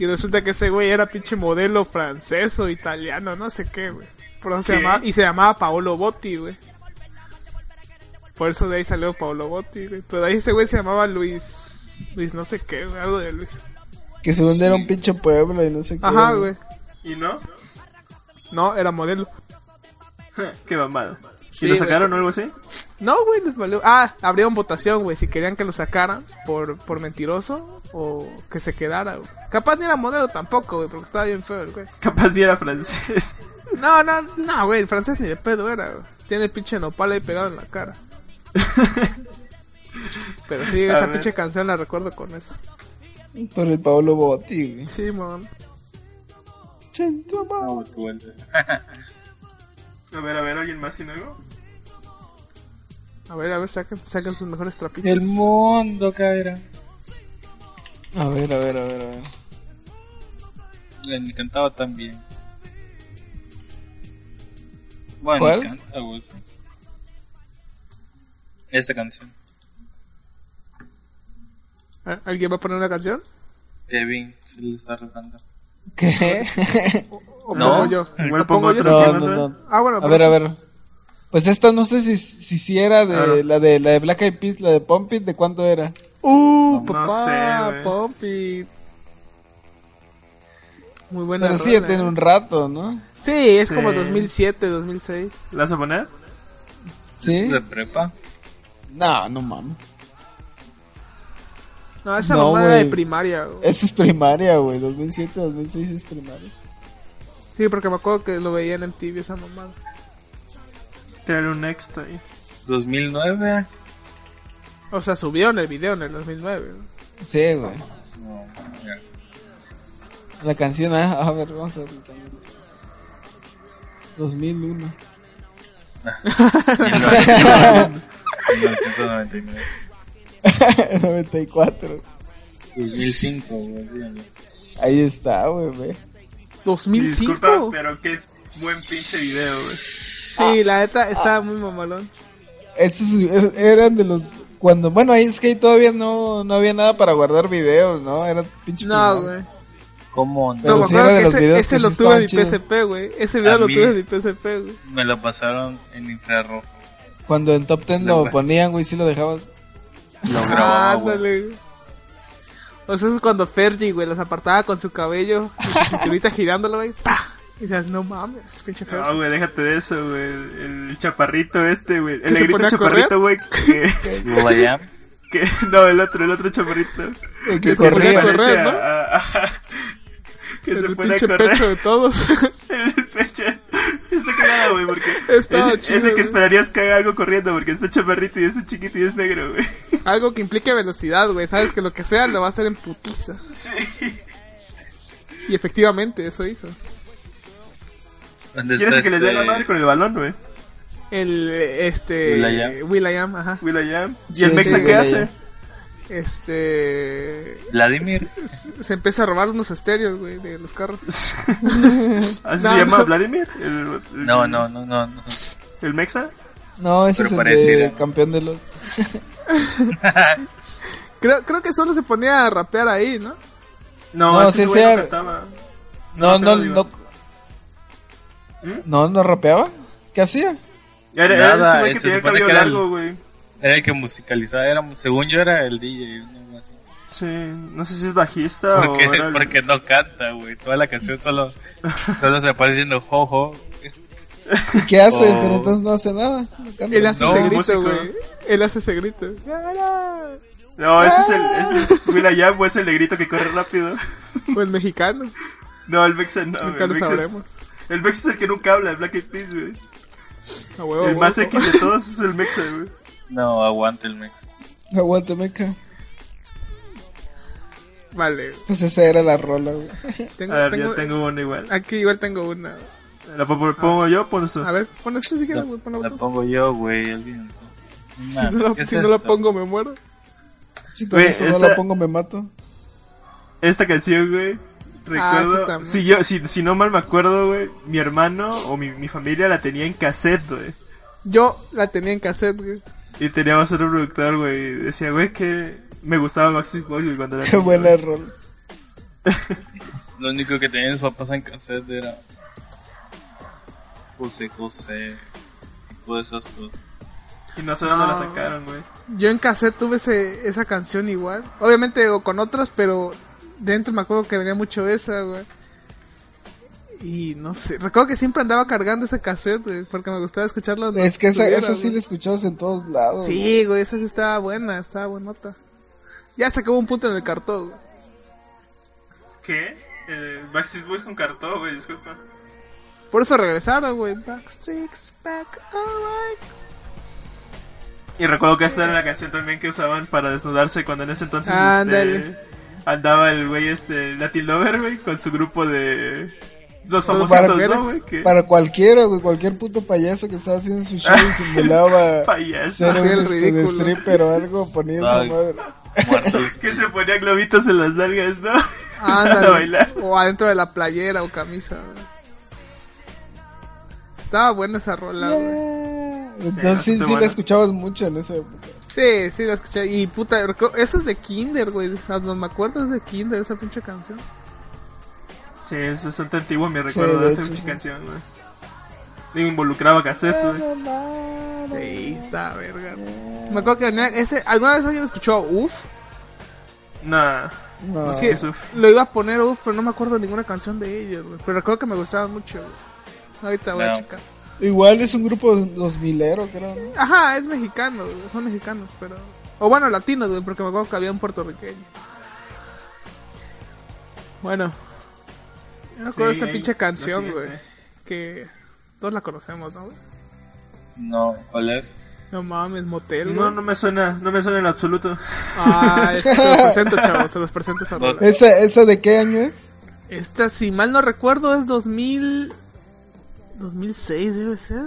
Speaker 3: Y resulta que ese güey era pinche modelo francés o italiano, no sé qué, güey. Por eso se
Speaker 1: ¿Qué?
Speaker 3: llamaba, y se llamaba Paolo Botti, güey. Por eso de ahí salió Paolo Botti, güey. Pero de ahí ese güey se llamaba Luis. Luis no sé qué, güey, algo de Luis.
Speaker 4: Que según era un pinche pueblo y no sé qué.
Speaker 3: Ajá, güey.
Speaker 1: ¿Y no?
Speaker 3: No, era modelo.
Speaker 1: qué mamada.
Speaker 3: Sí,
Speaker 1: ¿Y lo
Speaker 3: güey.
Speaker 1: sacaron o algo así?
Speaker 3: No, güey, les valió. Ah, abrieron votación, güey, si querían que lo sacaran por, por mentiroso o que se quedara, güey. Capaz ni era modelo tampoco, güey, porque estaba bien feo el güey.
Speaker 1: Capaz ni era francés.
Speaker 3: No, no, no, güey, el francés ni de pedo era, güey. Tiene el pinche nopal ahí pegado en la cara. Pero sí,
Speaker 1: A
Speaker 3: esa
Speaker 1: ver.
Speaker 3: pinche canción la recuerdo con eso.
Speaker 4: Por el Pablo Botti, güey.
Speaker 3: Sí, mon.
Speaker 4: Chen, tu
Speaker 2: Ah,
Speaker 4: amor.
Speaker 2: vuelta, vuelta.
Speaker 1: A ver, a ver, ¿alguien más tiene algo?
Speaker 3: A ver, a ver, saquen, saquen sus mejores trapitos.
Speaker 2: El mundo caerá.
Speaker 4: A ver, a ver, a ver, a ver.
Speaker 2: Le encantaba también. Bueno,
Speaker 4: ¿Cuál?
Speaker 2: canta, güey. Esta canción.
Speaker 3: ¿Eh? ¿Alguien va a poner una canción?
Speaker 2: Kevin se le está retando.
Speaker 4: ¿Qué?
Speaker 3: ¿O
Speaker 2: No.
Speaker 3: pongo yo?
Speaker 1: Igual
Speaker 3: ¿O pongo
Speaker 1: pongo
Speaker 3: yo?
Speaker 1: otra.
Speaker 4: No, no, no.
Speaker 3: Ah, bueno,
Speaker 4: A ver, a ver. Pues esta no sé si, si, si era de
Speaker 1: Claro.
Speaker 4: la de la de Black Eyed Peas, la de Pump It, ¿de cuándo era?
Speaker 3: Uh,
Speaker 1: No
Speaker 3: papá,
Speaker 1: sé, güey.
Speaker 3: Pompi. Muy buena.
Speaker 4: Pero sí, ya
Speaker 3: rola. eh.
Speaker 4: tiene un rato, ¿no?
Speaker 3: Sí, es
Speaker 1: eh. Sí.
Speaker 3: como 2007, 2006.
Speaker 1: ¿La vas a poner?
Speaker 4: Sí.
Speaker 2: ¿Es de prepa?
Speaker 4: No, no mames.
Speaker 3: No, esa
Speaker 4: No,
Speaker 3: mamada de
Speaker 4: güey. Eh.
Speaker 3: primaria. güey.
Speaker 4: Eso es primaria, güey. 2007, 2006 es primaria.
Speaker 3: Sí, porque me acuerdo que lo veía en MTV esa mamada.
Speaker 1: Crear un next ahí.
Speaker 2: ¿2009?
Speaker 3: O sea, subió en el video en el 2009. ¿no?
Speaker 4: Sí, güey.
Speaker 2: No, ya.
Speaker 4: La canción, ah, a ver, vamos a ver. también. 2001.
Speaker 2: 1999.
Speaker 4: 94.
Speaker 2: 2005, güey.
Speaker 4: Ahí está, güey, güey.
Speaker 3: 2005.
Speaker 1: Disculpa, pero qué buen pinche video, güey.
Speaker 4: Ah.
Speaker 3: Sí, la neta estaba muy mamalón.
Speaker 4: Esos er- eran de los. Cuando, bueno, ahí es que ahí todavía no, no había nada para guardar videos, ¿no? Era pinche.
Speaker 3: No,
Speaker 4: primaria.
Speaker 3: güey.
Speaker 2: ¿Cómo no?
Speaker 4: Pero
Speaker 3: No, me
Speaker 4: sí
Speaker 3: acuerdo
Speaker 4: era de
Speaker 3: que
Speaker 4: los
Speaker 3: ese,
Speaker 4: videos
Speaker 3: ese
Speaker 4: que
Speaker 3: lo
Speaker 4: sí
Speaker 3: tuve
Speaker 4: estaban
Speaker 3: en mi
Speaker 4: chidos.
Speaker 3: PSP, güey. Ese video
Speaker 2: A
Speaker 3: lo
Speaker 2: mí-
Speaker 3: tuve en mi PSP, güey.
Speaker 2: Me lo pasaron en infrarrojo.
Speaker 4: Cuando en Top Ten
Speaker 2: No,
Speaker 4: lo
Speaker 2: güey.
Speaker 4: ponían, güey, sí lo dejabas.
Speaker 2: Lo
Speaker 3: Ah,
Speaker 2: grababa, güey.
Speaker 3: ándale, güey. O sea, eso es cuando Fergie, güey, los apartaba con su cabello y su cinturita girándolo, güey. ¡Pah! Y dices, no mames, pinche Fergie.
Speaker 1: No, güey, déjate de eso, güey. El chaparrito este, güey.
Speaker 3: ¿Que
Speaker 1: El
Speaker 3: se
Speaker 1: negrito
Speaker 3: ponía a
Speaker 1: chaparrito, güey. Que,
Speaker 2: Will I am.
Speaker 1: que, no, el otro, el otro chaparrito.
Speaker 4: El
Speaker 1: El
Speaker 4: que
Speaker 1: que se
Speaker 4: corría.
Speaker 1: parece
Speaker 3: correr, ¿no?
Speaker 1: a- a- a- que
Speaker 3: En
Speaker 1: se
Speaker 3: el
Speaker 1: pone a
Speaker 3: pinche
Speaker 1: correr.
Speaker 3: pecho de todos.
Speaker 1: El pecho. Está cagado, güey, porque
Speaker 3: Estaba
Speaker 1: ese,
Speaker 3: chido,
Speaker 1: ese que
Speaker 3: güey.
Speaker 1: esperarías que haga algo corriendo, porque está chaparrito y está chiquito y es negro, güey.
Speaker 3: Algo que implique velocidad, güey. Sabes que lo que sea lo va a hacer en putiza.
Speaker 1: Sí.
Speaker 3: Y efectivamente, eso hizo.
Speaker 2: ¿Dónde
Speaker 1: ¿Quieres
Speaker 2: está
Speaker 1: que le dé la
Speaker 2: este-
Speaker 1: madre con el balón, güey?
Speaker 3: El, eh, este...
Speaker 2: Will.i.am.
Speaker 3: Will.i.am, ajá.
Speaker 1: Will.i.am. ¿Y
Speaker 4: Sí,
Speaker 1: el Mexa
Speaker 4: sí,
Speaker 1: qué
Speaker 4: Will.i.am.
Speaker 1: hace?
Speaker 3: Este...
Speaker 2: Vladimir.
Speaker 3: Se se empieza a robar unos estéreos, güey, de los carros.
Speaker 1: ¿Así
Speaker 3: No,
Speaker 1: se llama
Speaker 3: no.
Speaker 1: Vladimir? El- el-
Speaker 2: No, no, no, no. no.
Speaker 1: ¿El Mexa?
Speaker 4: No, ese
Speaker 2: Pero
Speaker 4: es el
Speaker 2: pareciera,
Speaker 4: de
Speaker 2: ¿no?
Speaker 4: campeón de los.
Speaker 3: Creo, creo que solo se ponía a rapear ahí, ¿no?
Speaker 1: No,
Speaker 4: No,
Speaker 1: ese
Speaker 4: sí,
Speaker 1: güey
Speaker 4: sí,
Speaker 1: no
Speaker 4: era-
Speaker 1: cantaba. No,
Speaker 4: No, no,
Speaker 1: pero
Speaker 4: no.
Speaker 1: ¿Mm?
Speaker 4: No, no rapeaba. ¿Qué hacía?
Speaker 1: Era, era
Speaker 2: Nada,
Speaker 1: este güey que
Speaker 2: se
Speaker 1: tenía el
Speaker 2: supone
Speaker 1: cabello
Speaker 2: que era el-
Speaker 1: largo, güey.
Speaker 2: Era el que musicalizaba. Era, según yo era el DJ. ¿no? Algo así.
Speaker 1: Sí, no sé si es bajista
Speaker 3: Ah,
Speaker 1: o
Speaker 2: Porque,
Speaker 1: era el-
Speaker 2: porque no canta, güey. Toda la canción solo, solo se aparece diciendo jojo.
Speaker 4: ¿Y qué hace?
Speaker 2: Oh.
Speaker 4: Pero entonces no hace nada. No cambia.
Speaker 3: Él hace
Speaker 2: No,
Speaker 3: ese grito,
Speaker 1: músico.
Speaker 3: güey. Él hace ese grito.
Speaker 1: No, ese es el, ese es Will.i.am o es el negrito que corre rápido.
Speaker 3: O el mexicano.
Speaker 1: No, el Mexa no, güey,
Speaker 3: Nunca
Speaker 1: el
Speaker 3: lo
Speaker 1: Mexa es-
Speaker 3: sabremos.
Speaker 1: El Mexa es el que nunca habla, el Black Eyed Peas, güey.
Speaker 3: A huevo,
Speaker 1: el
Speaker 3: huevo.
Speaker 1: más X de todos es el Mexa, güey.
Speaker 2: No, aguanta el mex.
Speaker 4: Aguante, meca.
Speaker 3: Vale,
Speaker 4: Pues esa era la rola, güey.
Speaker 3: tengo,
Speaker 1: A ver,
Speaker 3: tengo,
Speaker 1: yo tengo uno igual.
Speaker 3: Aquí igual tengo una.
Speaker 1: ¿La pongo, pongo yo pon eso?
Speaker 3: A ver, pon esto si
Speaker 2: La,
Speaker 3: quieres, güey. Ponlo
Speaker 2: la
Speaker 3: tú.
Speaker 2: pongo yo, güey. Alguien.
Speaker 3: Si no, la, si no la pongo, me muero.
Speaker 4: Si con
Speaker 1: Güey,
Speaker 4: esto no
Speaker 1: esta-
Speaker 4: la pongo, me mato.
Speaker 1: Esta canción, güey.
Speaker 3: Ah, esa
Speaker 1: Recuerdo,
Speaker 3: también.
Speaker 1: si yo, si, si no mal me acuerdo, güey, mi hermano o mi, mi familia la tenía en cassette, güey.
Speaker 3: Yo la tenía en cassette, güey.
Speaker 1: Y teníamos otro productor, güey, y decía, güey, que me gustaba Maxi Boy, güey, cuando era
Speaker 4: Qué
Speaker 1: niño,
Speaker 4: buena
Speaker 1: güey.
Speaker 4: rola.
Speaker 2: Lo único que tenían mis papás en cassette era José José y todas esas cosas.
Speaker 1: Y nosotros no la
Speaker 3: No.
Speaker 1: sacaron, güey.
Speaker 3: Yo en cassette tuve ese, esa canción igual. Obviamente o con otras, pero dentro me acuerdo que venía mucho esa, güey. Y no sé, recuerdo que siempre andaba cargando ese cassette, güey, porque me gustaba escucharlo. donde
Speaker 4: Es que esa,
Speaker 3: estuviera,
Speaker 4: esa sí
Speaker 3: güey.
Speaker 4: la escuchabas en todos lados.
Speaker 3: Sí, güey, esa sí estaba buena, estaba buenota. Ya hasta que hubo un punto en el cartón, güey.
Speaker 1: ¿Qué? Eh, Backstreet Boys con cartón, güey, disculpa.
Speaker 3: Por eso regresaron, güey. Backstreets, back, oh alright.
Speaker 1: Y recuerdo que esta era la canción también que usaban para desnudarse cuando en ese entonces
Speaker 3: Ándale.
Speaker 1: este, andaba el güey este Latin Lover, güey, con su grupo de los
Speaker 3: Los
Speaker 1: famositos,
Speaker 3: barberos.
Speaker 1: ¿no, güey? Que
Speaker 4: Para cualquiera, güey, cualquier puto payaso que estaba haciendo su show y simulaba
Speaker 1: payaso.
Speaker 4: ser un
Speaker 3: Aquel
Speaker 4: este, de
Speaker 3: ridículo.
Speaker 4: stripper o algo, ponía
Speaker 2: Ay.
Speaker 4: su madre.
Speaker 2: Muertos.
Speaker 1: Que se ponía globitos en las nalgas, ¿no? Para bailar.
Speaker 3: Ándale. O adentro de la playera o camisa, güey. Estaba buena esa rola, güey.
Speaker 4: Entonces
Speaker 1: bastante
Speaker 4: sí, sí la
Speaker 1: buena.
Speaker 4: escuchabas mucho en esa época.
Speaker 3: Sí, sí, la escuché. Y puta, recu- eso es de Kinder, güey. Ah, No me acuerdo, es de Kinder esa pinche canción.
Speaker 1: Sí, es bastante antiguo mi
Speaker 4: Sí,
Speaker 1: recuerdo
Speaker 4: de
Speaker 1: de esa
Speaker 4: hecho,
Speaker 1: pinche
Speaker 4: sí.
Speaker 1: canción, güey. Digo, involucraba cassettes, güey.
Speaker 3: Sí, está verga. Me acuerdo que venía ese, alguna vez alguien escuchó Uf.
Speaker 1: Nah,
Speaker 4: No.
Speaker 3: Sí.
Speaker 1: eso f-
Speaker 3: Lo iba a poner Uf, pero no me acuerdo de ninguna canción de ellos, güey. Pero recuerdo que me gustaba mucho, güey. Ahorita voy a
Speaker 2: No.
Speaker 3: checar.
Speaker 4: Igual es un grupo dos milero, creo. ¿no?
Speaker 3: Ajá, es mexicano, güey, son mexicanos, pero. O bueno, latinos, güey, porque me acuerdo que había un puertorriqueño. Bueno, yo me acuerdo
Speaker 1: Sí, eh.
Speaker 3: de esta
Speaker 1: ahí,
Speaker 3: pinche
Speaker 1: la
Speaker 3: canción,
Speaker 1: siguiente.
Speaker 3: güey, que todos la conocemos, ¿no? güey?
Speaker 2: No, ¿cuál es?
Speaker 3: No mames, motel, güey.
Speaker 1: No, no me suena, no me suena en absoluto.
Speaker 3: Ah, es que se los presento, chavos, se los presento esa
Speaker 2: No.
Speaker 3: rola.
Speaker 4: ¿Esa, ¿Esa de qué año es?
Speaker 3: Esta, si mal no recuerdo, es 2000. 2006 debe ser.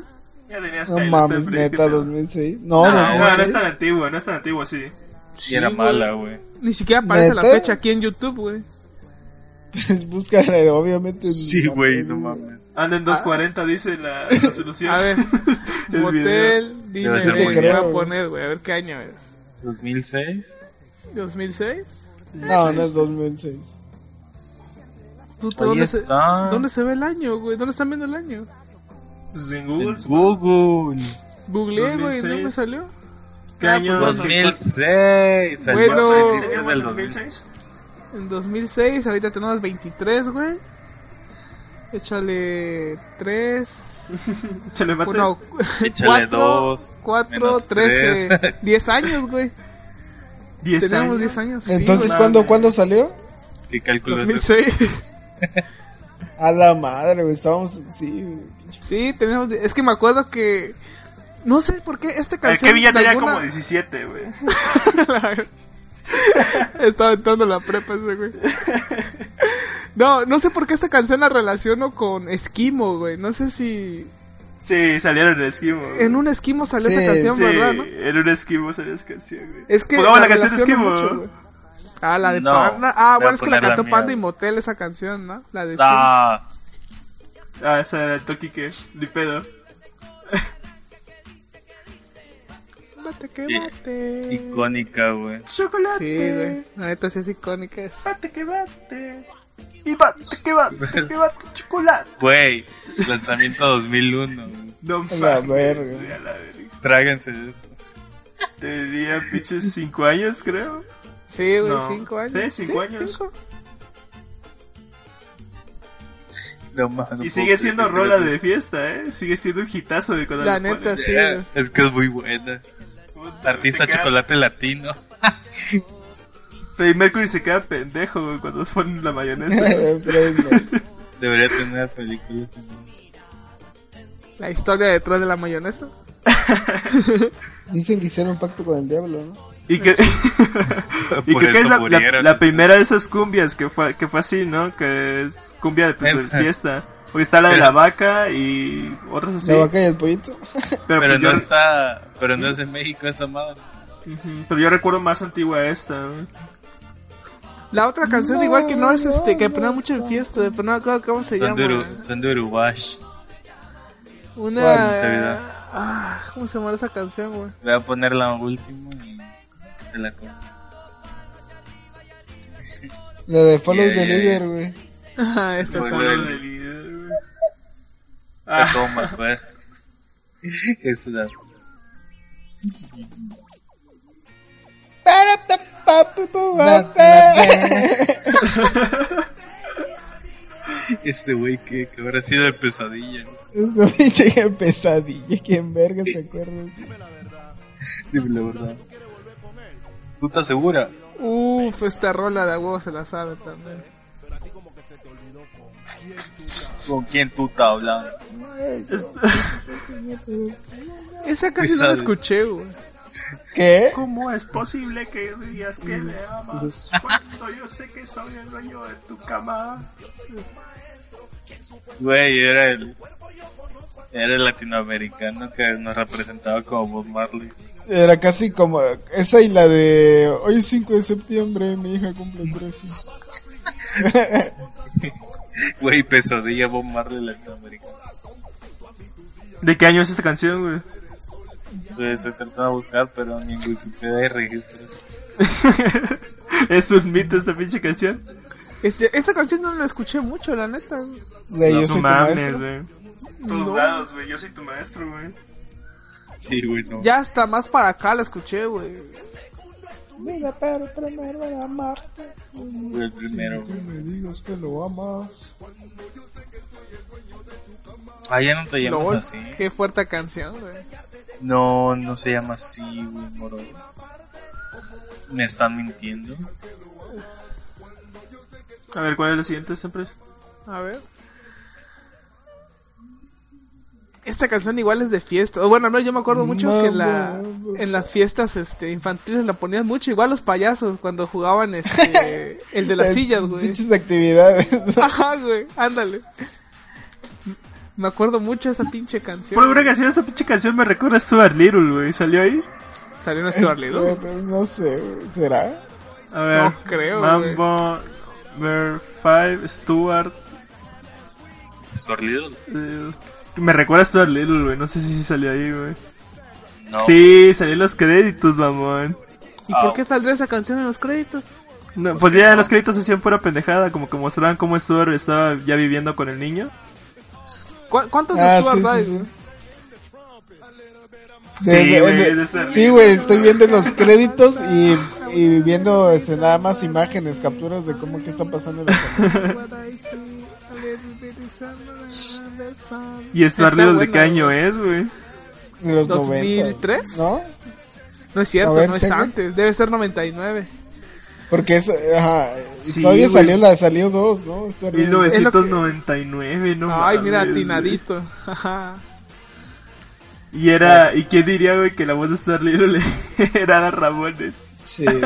Speaker 1: Ya tenías
Speaker 4: No
Speaker 1: Kyle,
Speaker 4: mames,
Speaker 1: está fresco,
Speaker 4: neta,
Speaker 1: ¿no?
Speaker 4: 2006. No,
Speaker 1: No, no, no
Speaker 4: 2006.
Speaker 1: es tan antiguo, no es tan antiguo, sí.
Speaker 2: Y era
Speaker 3: Sí,
Speaker 2: mala, güey.
Speaker 3: Ni siquiera aparece la
Speaker 4: ¿Neta?
Speaker 3: fecha aquí en YouTube, güey.
Speaker 4: Pues búscala, obviamente.
Speaker 2: Sí,
Speaker 4: no,
Speaker 2: güey, no mames.
Speaker 1: Anda en 240, dice la resolución.
Speaker 3: A ver,
Speaker 1: El video.
Speaker 3: motel, dime,
Speaker 2: Debe ser
Speaker 3: güey,
Speaker 4: motel.
Speaker 3: le voy a poner, güey, a ver qué año es.
Speaker 2: ¿2006?
Speaker 3: ¿2006?
Speaker 4: No, no es 2006.
Speaker 3: Puta,
Speaker 2: Ahí
Speaker 3: ¿dónde, se,
Speaker 2: está.
Speaker 3: ¿Dónde se ve el año, güey? ¿Dónde están viendo el año?
Speaker 1: Pues en
Speaker 2: En
Speaker 1: Google.
Speaker 2: Google.
Speaker 3: Googleé, güey, no me
Speaker 1: 2006.
Speaker 3: salió.
Speaker 1: ¿Qué
Speaker 3: Ah,
Speaker 1: año?
Speaker 3: pues,
Speaker 2: 2006. Salió
Speaker 3: Bueno.
Speaker 2: el 26
Speaker 1: ¿Sería
Speaker 2: del
Speaker 1: más
Speaker 2: 2006.
Speaker 1: 2006?
Speaker 3: En 2006, ahorita tenemos 23, güey. Échale 3,
Speaker 1: Échale mate.
Speaker 3: 1,
Speaker 2: Échale dos,
Speaker 3: 4,
Speaker 2: menos
Speaker 3: 13,
Speaker 2: tres.
Speaker 3: 10 años, güey.
Speaker 1: 10
Speaker 3: Tenemos
Speaker 1: años.
Speaker 3: 10 años. sí,
Speaker 4: Entonces,
Speaker 1: güey.
Speaker 4: ¿cuándo,
Speaker 1: Mames.
Speaker 4: ¿cuándo salió?
Speaker 2: ¿Qué
Speaker 3: güey.
Speaker 2: cálculo es ese?
Speaker 3: 2006.
Speaker 4: A la madre, güey. Estábamos. Sí, güey.
Speaker 3: Sí, tenemos. Es que me acuerdo que. No sé por qué esta
Speaker 1: El
Speaker 3: canción.
Speaker 1: Eh, Kevin ya
Speaker 3: de
Speaker 1: tenía
Speaker 3: alguna-
Speaker 1: como 17, güey.
Speaker 3: Estaba entrando a la prepa ese güey. No, no sé por qué esta canción la relaciono con Esquimo, güey. No sé si
Speaker 1: Sí, salieron en esquimo. güey.
Speaker 3: en un Esquimo salió
Speaker 4: Sí,
Speaker 3: esa canción,
Speaker 1: Sí,
Speaker 3: ¿verdad? no?
Speaker 1: en un esquimo salió esa canción, güey.
Speaker 3: Es que
Speaker 1: Pongamos la canción de
Speaker 3: relaciono
Speaker 1: esquimo.
Speaker 3: mucho, güey. Ah, la de
Speaker 2: No,
Speaker 3: Panda.
Speaker 2: voy a
Speaker 3: Ah, bueno, es que la
Speaker 2: poner la
Speaker 3: cantó
Speaker 2: mía,
Speaker 3: Panda y
Speaker 2: güey.
Speaker 3: Motel esa canción, ¿no? La de Esquimo.
Speaker 2: Ah,
Speaker 1: Ah, esa era el toque que. Ni pedo.
Speaker 3: Mate que
Speaker 2: Y-
Speaker 3: mate.
Speaker 2: icónica, güey.
Speaker 1: Chocolate.
Speaker 3: Sí, güey. La neta sí es icónica esa.
Speaker 1: Bate que bate. Y bate que bate. Que bate chocolate.
Speaker 2: Güey, lanzamiento 2001. güey.
Speaker 1: No
Speaker 4: A la
Speaker 1: mames.
Speaker 4: verga.
Speaker 1: güey, a la verga.
Speaker 2: Tráguense eso.
Speaker 1: Tenía pinches 5 años, creo.
Speaker 3: Sí, güey,
Speaker 1: No.
Speaker 3: cinco años.
Speaker 1: Sí, cinco años.
Speaker 3: cinco.
Speaker 2: No mames, no
Speaker 1: Y
Speaker 2: puedo
Speaker 1: sigue siendo
Speaker 2: creer que
Speaker 1: rola
Speaker 2: sea
Speaker 1: de fiesta, ¿eh? Sigue siendo un hitazo de cuando
Speaker 3: La
Speaker 1: lo ponen.
Speaker 3: neta, sí.
Speaker 2: Eh, Es que es muy buena.
Speaker 1: Puta,
Speaker 2: Artista
Speaker 1: se queda-
Speaker 2: chocolate latino.
Speaker 1: Freddie Mercury se queda pendejo güey, cuando ponen la mayonesa. güey.
Speaker 4: Pero,
Speaker 2: Debería tener películas así.
Speaker 3: La historia detrás de la mayonesa.
Speaker 4: Dicen que hicieron un pacto con el diablo, ¿no?
Speaker 1: y que, y
Speaker 2: Por
Speaker 1: creo que
Speaker 2: eso
Speaker 1: es la, la-
Speaker 2: murieron.
Speaker 1: la primera de esas cumbias que fue, que fue así, ¿no? Que es cumbia de, pues, de fiesta. Porque está la de la vaca y otras así.
Speaker 4: La vaca y el pollito.
Speaker 1: Pero,
Speaker 2: Pero
Speaker 1: pues,
Speaker 2: no
Speaker 1: yo,
Speaker 2: está. Pero no es de México esa madre.
Speaker 1: Ujú, pero yo recuerdo más antigua esta. güey.
Speaker 3: La otra canción,
Speaker 4: No,
Speaker 3: igual que no es este, que
Speaker 4: no,
Speaker 3: ponía mucho en
Speaker 4: no.
Speaker 3: fiesta, pero no me acuerdo cómo se
Speaker 2: Son de,
Speaker 3: llama.
Speaker 2: Uru- son de Uruguay.
Speaker 3: Una.
Speaker 4: ¿Cuál?
Speaker 2: Navidad.
Speaker 3: Ah, ¿Cómo se llama esa canción, güey?
Speaker 2: Voy a poner la última y te la compro.
Speaker 4: La de Follow
Speaker 2: Yeah,
Speaker 4: the
Speaker 2: yeah,
Speaker 4: Leader,
Speaker 2: yeah.
Speaker 4: güey.
Speaker 3: Ajá, esta
Speaker 2: Muy
Speaker 3: también.
Speaker 1: Este Color
Speaker 2: buena.
Speaker 1: de líder, güey.
Speaker 2: Ah. Sea, como más, güey. Eso da.
Speaker 4: pues,
Speaker 2: Este güey que, que habrá sido de pesadilla. ¿no?
Speaker 4: Esto pinche pesadilla. ¿Quién verga se acuerda?
Speaker 2: Dime la verdad. ¿Tú estás segura?
Speaker 3: Uf, esta rola de a huevo se la sabe también.
Speaker 5: que se te olvidó con quién tú estás.
Speaker 2: ¿Con quién tú estás hablando?
Speaker 3: Esa casi no la
Speaker 2: Sabe.
Speaker 3: escuché, güey.
Speaker 4: ¿Qué?
Speaker 1: ¿Cómo es posible que digas que me amas
Speaker 3: Pues,
Speaker 1: cuando yo sé que soy el dueño de tu cama?
Speaker 2: Güey, era el. Era el latinoamericano que nos representaba como Bob Marley.
Speaker 4: Era casi como esa y la de hoy es 5 de septiembre, mi hija cumple 13.
Speaker 2: Güey, pesadilla Bob Marley latinoamericano.
Speaker 1: ¿De qué año es esta canción, güey?
Speaker 2: Entonces estoy tratando de buscar, pero ni en Wikipedia hay registros.
Speaker 1: es un mito esta pinche canción.
Speaker 3: Este, esta canción no la escuché mucho, la neta.
Speaker 4: Güey, Eh, yo
Speaker 1: no
Speaker 4: soy tu
Speaker 1: mames,
Speaker 4: maestro.
Speaker 1: güey. Todos
Speaker 3: No.
Speaker 1: lados, güey. Yo soy tu maestro, güey.
Speaker 2: Sí, güey, no.
Speaker 3: Ya hasta más para acá la escuché, güey.
Speaker 4: Mira, pero primero era amarte.
Speaker 2: Fue el primero,
Speaker 4: Que
Speaker 2: güey.
Speaker 4: me digas que lo amas.
Speaker 2: Ah, ya no te llamas
Speaker 3: Lol,
Speaker 2: así.
Speaker 3: Qué fuerte canción, güey.
Speaker 2: No, no se llama así, güey, moro. Me están mintiendo.
Speaker 1: A ver, ¿cuál es la siguiente, empresa?
Speaker 3: A ver. Esta canción igual es de fiesta. O Bueno, no, yo me acuerdo mucho que en, la, en las fiestas este, infantiles la ponían mucho. Igual los payasos cuando jugaban este, el de las sillas, güey.
Speaker 4: Pinches actividades.
Speaker 3: Ajá, güey, ándale. Me acuerdo mucho de esa pinche
Speaker 1: Por
Speaker 3: canción.
Speaker 1: alguna canción, esta pinche canción me recuerda a Stuart Little, güey. ¿Salió ahí?
Speaker 3: Salió nuestro Arledo.
Speaker 4: Este, No sé, güey, ¿será?
Speaker 1: A ver.
Speaker 3: No creo, güey.
Speaker 1: Mambo, Ver 5, Stuart.
Speaker 2: ¿Sorlido?
Speaker 1: eh, me recuerda a Stuart Little, güey. No sé si sí salió ahí, güey.
Speaker 2: No.
Speaker 1: Sí, salió en los créditos, mamón.
Speaker 3: ¿Y
Speaker 2: Ah.
Speaker 3: por qué saldría esa canción en los créditos?
Speaker 1: No, pues ya en los créditos hacían pura pendejada, como que mostraban cómo Stuart estaba ya viviendo con el niño.
Speaker 3: ¿Cu- ¿Cuántos de
Speaker 4: Ah,
Speaker 3: Stuart
Speaker 4: sí, sí,
Speaker 3: hay?
Speaker 4: sí.
Speaker 1: Sí,
Speaker 4: De- de-
Speaker 1: güey,
Speaker 4: de-
Speaker 1: de estar-
Speaker 4: sí, güey, estoy viendo los créditos y, y viendo este, nada más imágenes, capturas de cómo que está pasando. la canción.
Speaker 1: Y Stuart
Speaker 3: Está
Speaker 1: Little, ¿de
Speaker 3: buena,
Speaker 1: qué año
Speaker 3: güey.
Speaker 1: es, güey?
Speaker 4: De los 90.
Speaker 3: 2003?
Speaker 4: ¿No?
Speaker 3: No es cierto,
Speaker 4: A ver,
Speaker 3: no es
Speaker 4: checa.
Speaker 3: antes. Debe ser 99.
Speaker 4: Porque es, ajá,
Speaker 1: Sí,
Speaker 4: todavía
Speaker 1: güey.
Speaker 4: salió la salió dos, ¿no? Está horrible.
Speaker 1: 1999, no
Speaker 3: Ay,
Speaker 1: mames,
Speaker 3: mira,
Speaker 1: güey.
Speaker 3: atinadito. Ajá.
Speaker 1: Y era, ¿y quién diría, güey, que la voz de Stuart Little era Ada Ramones?
Speaker 4: Sí, güey.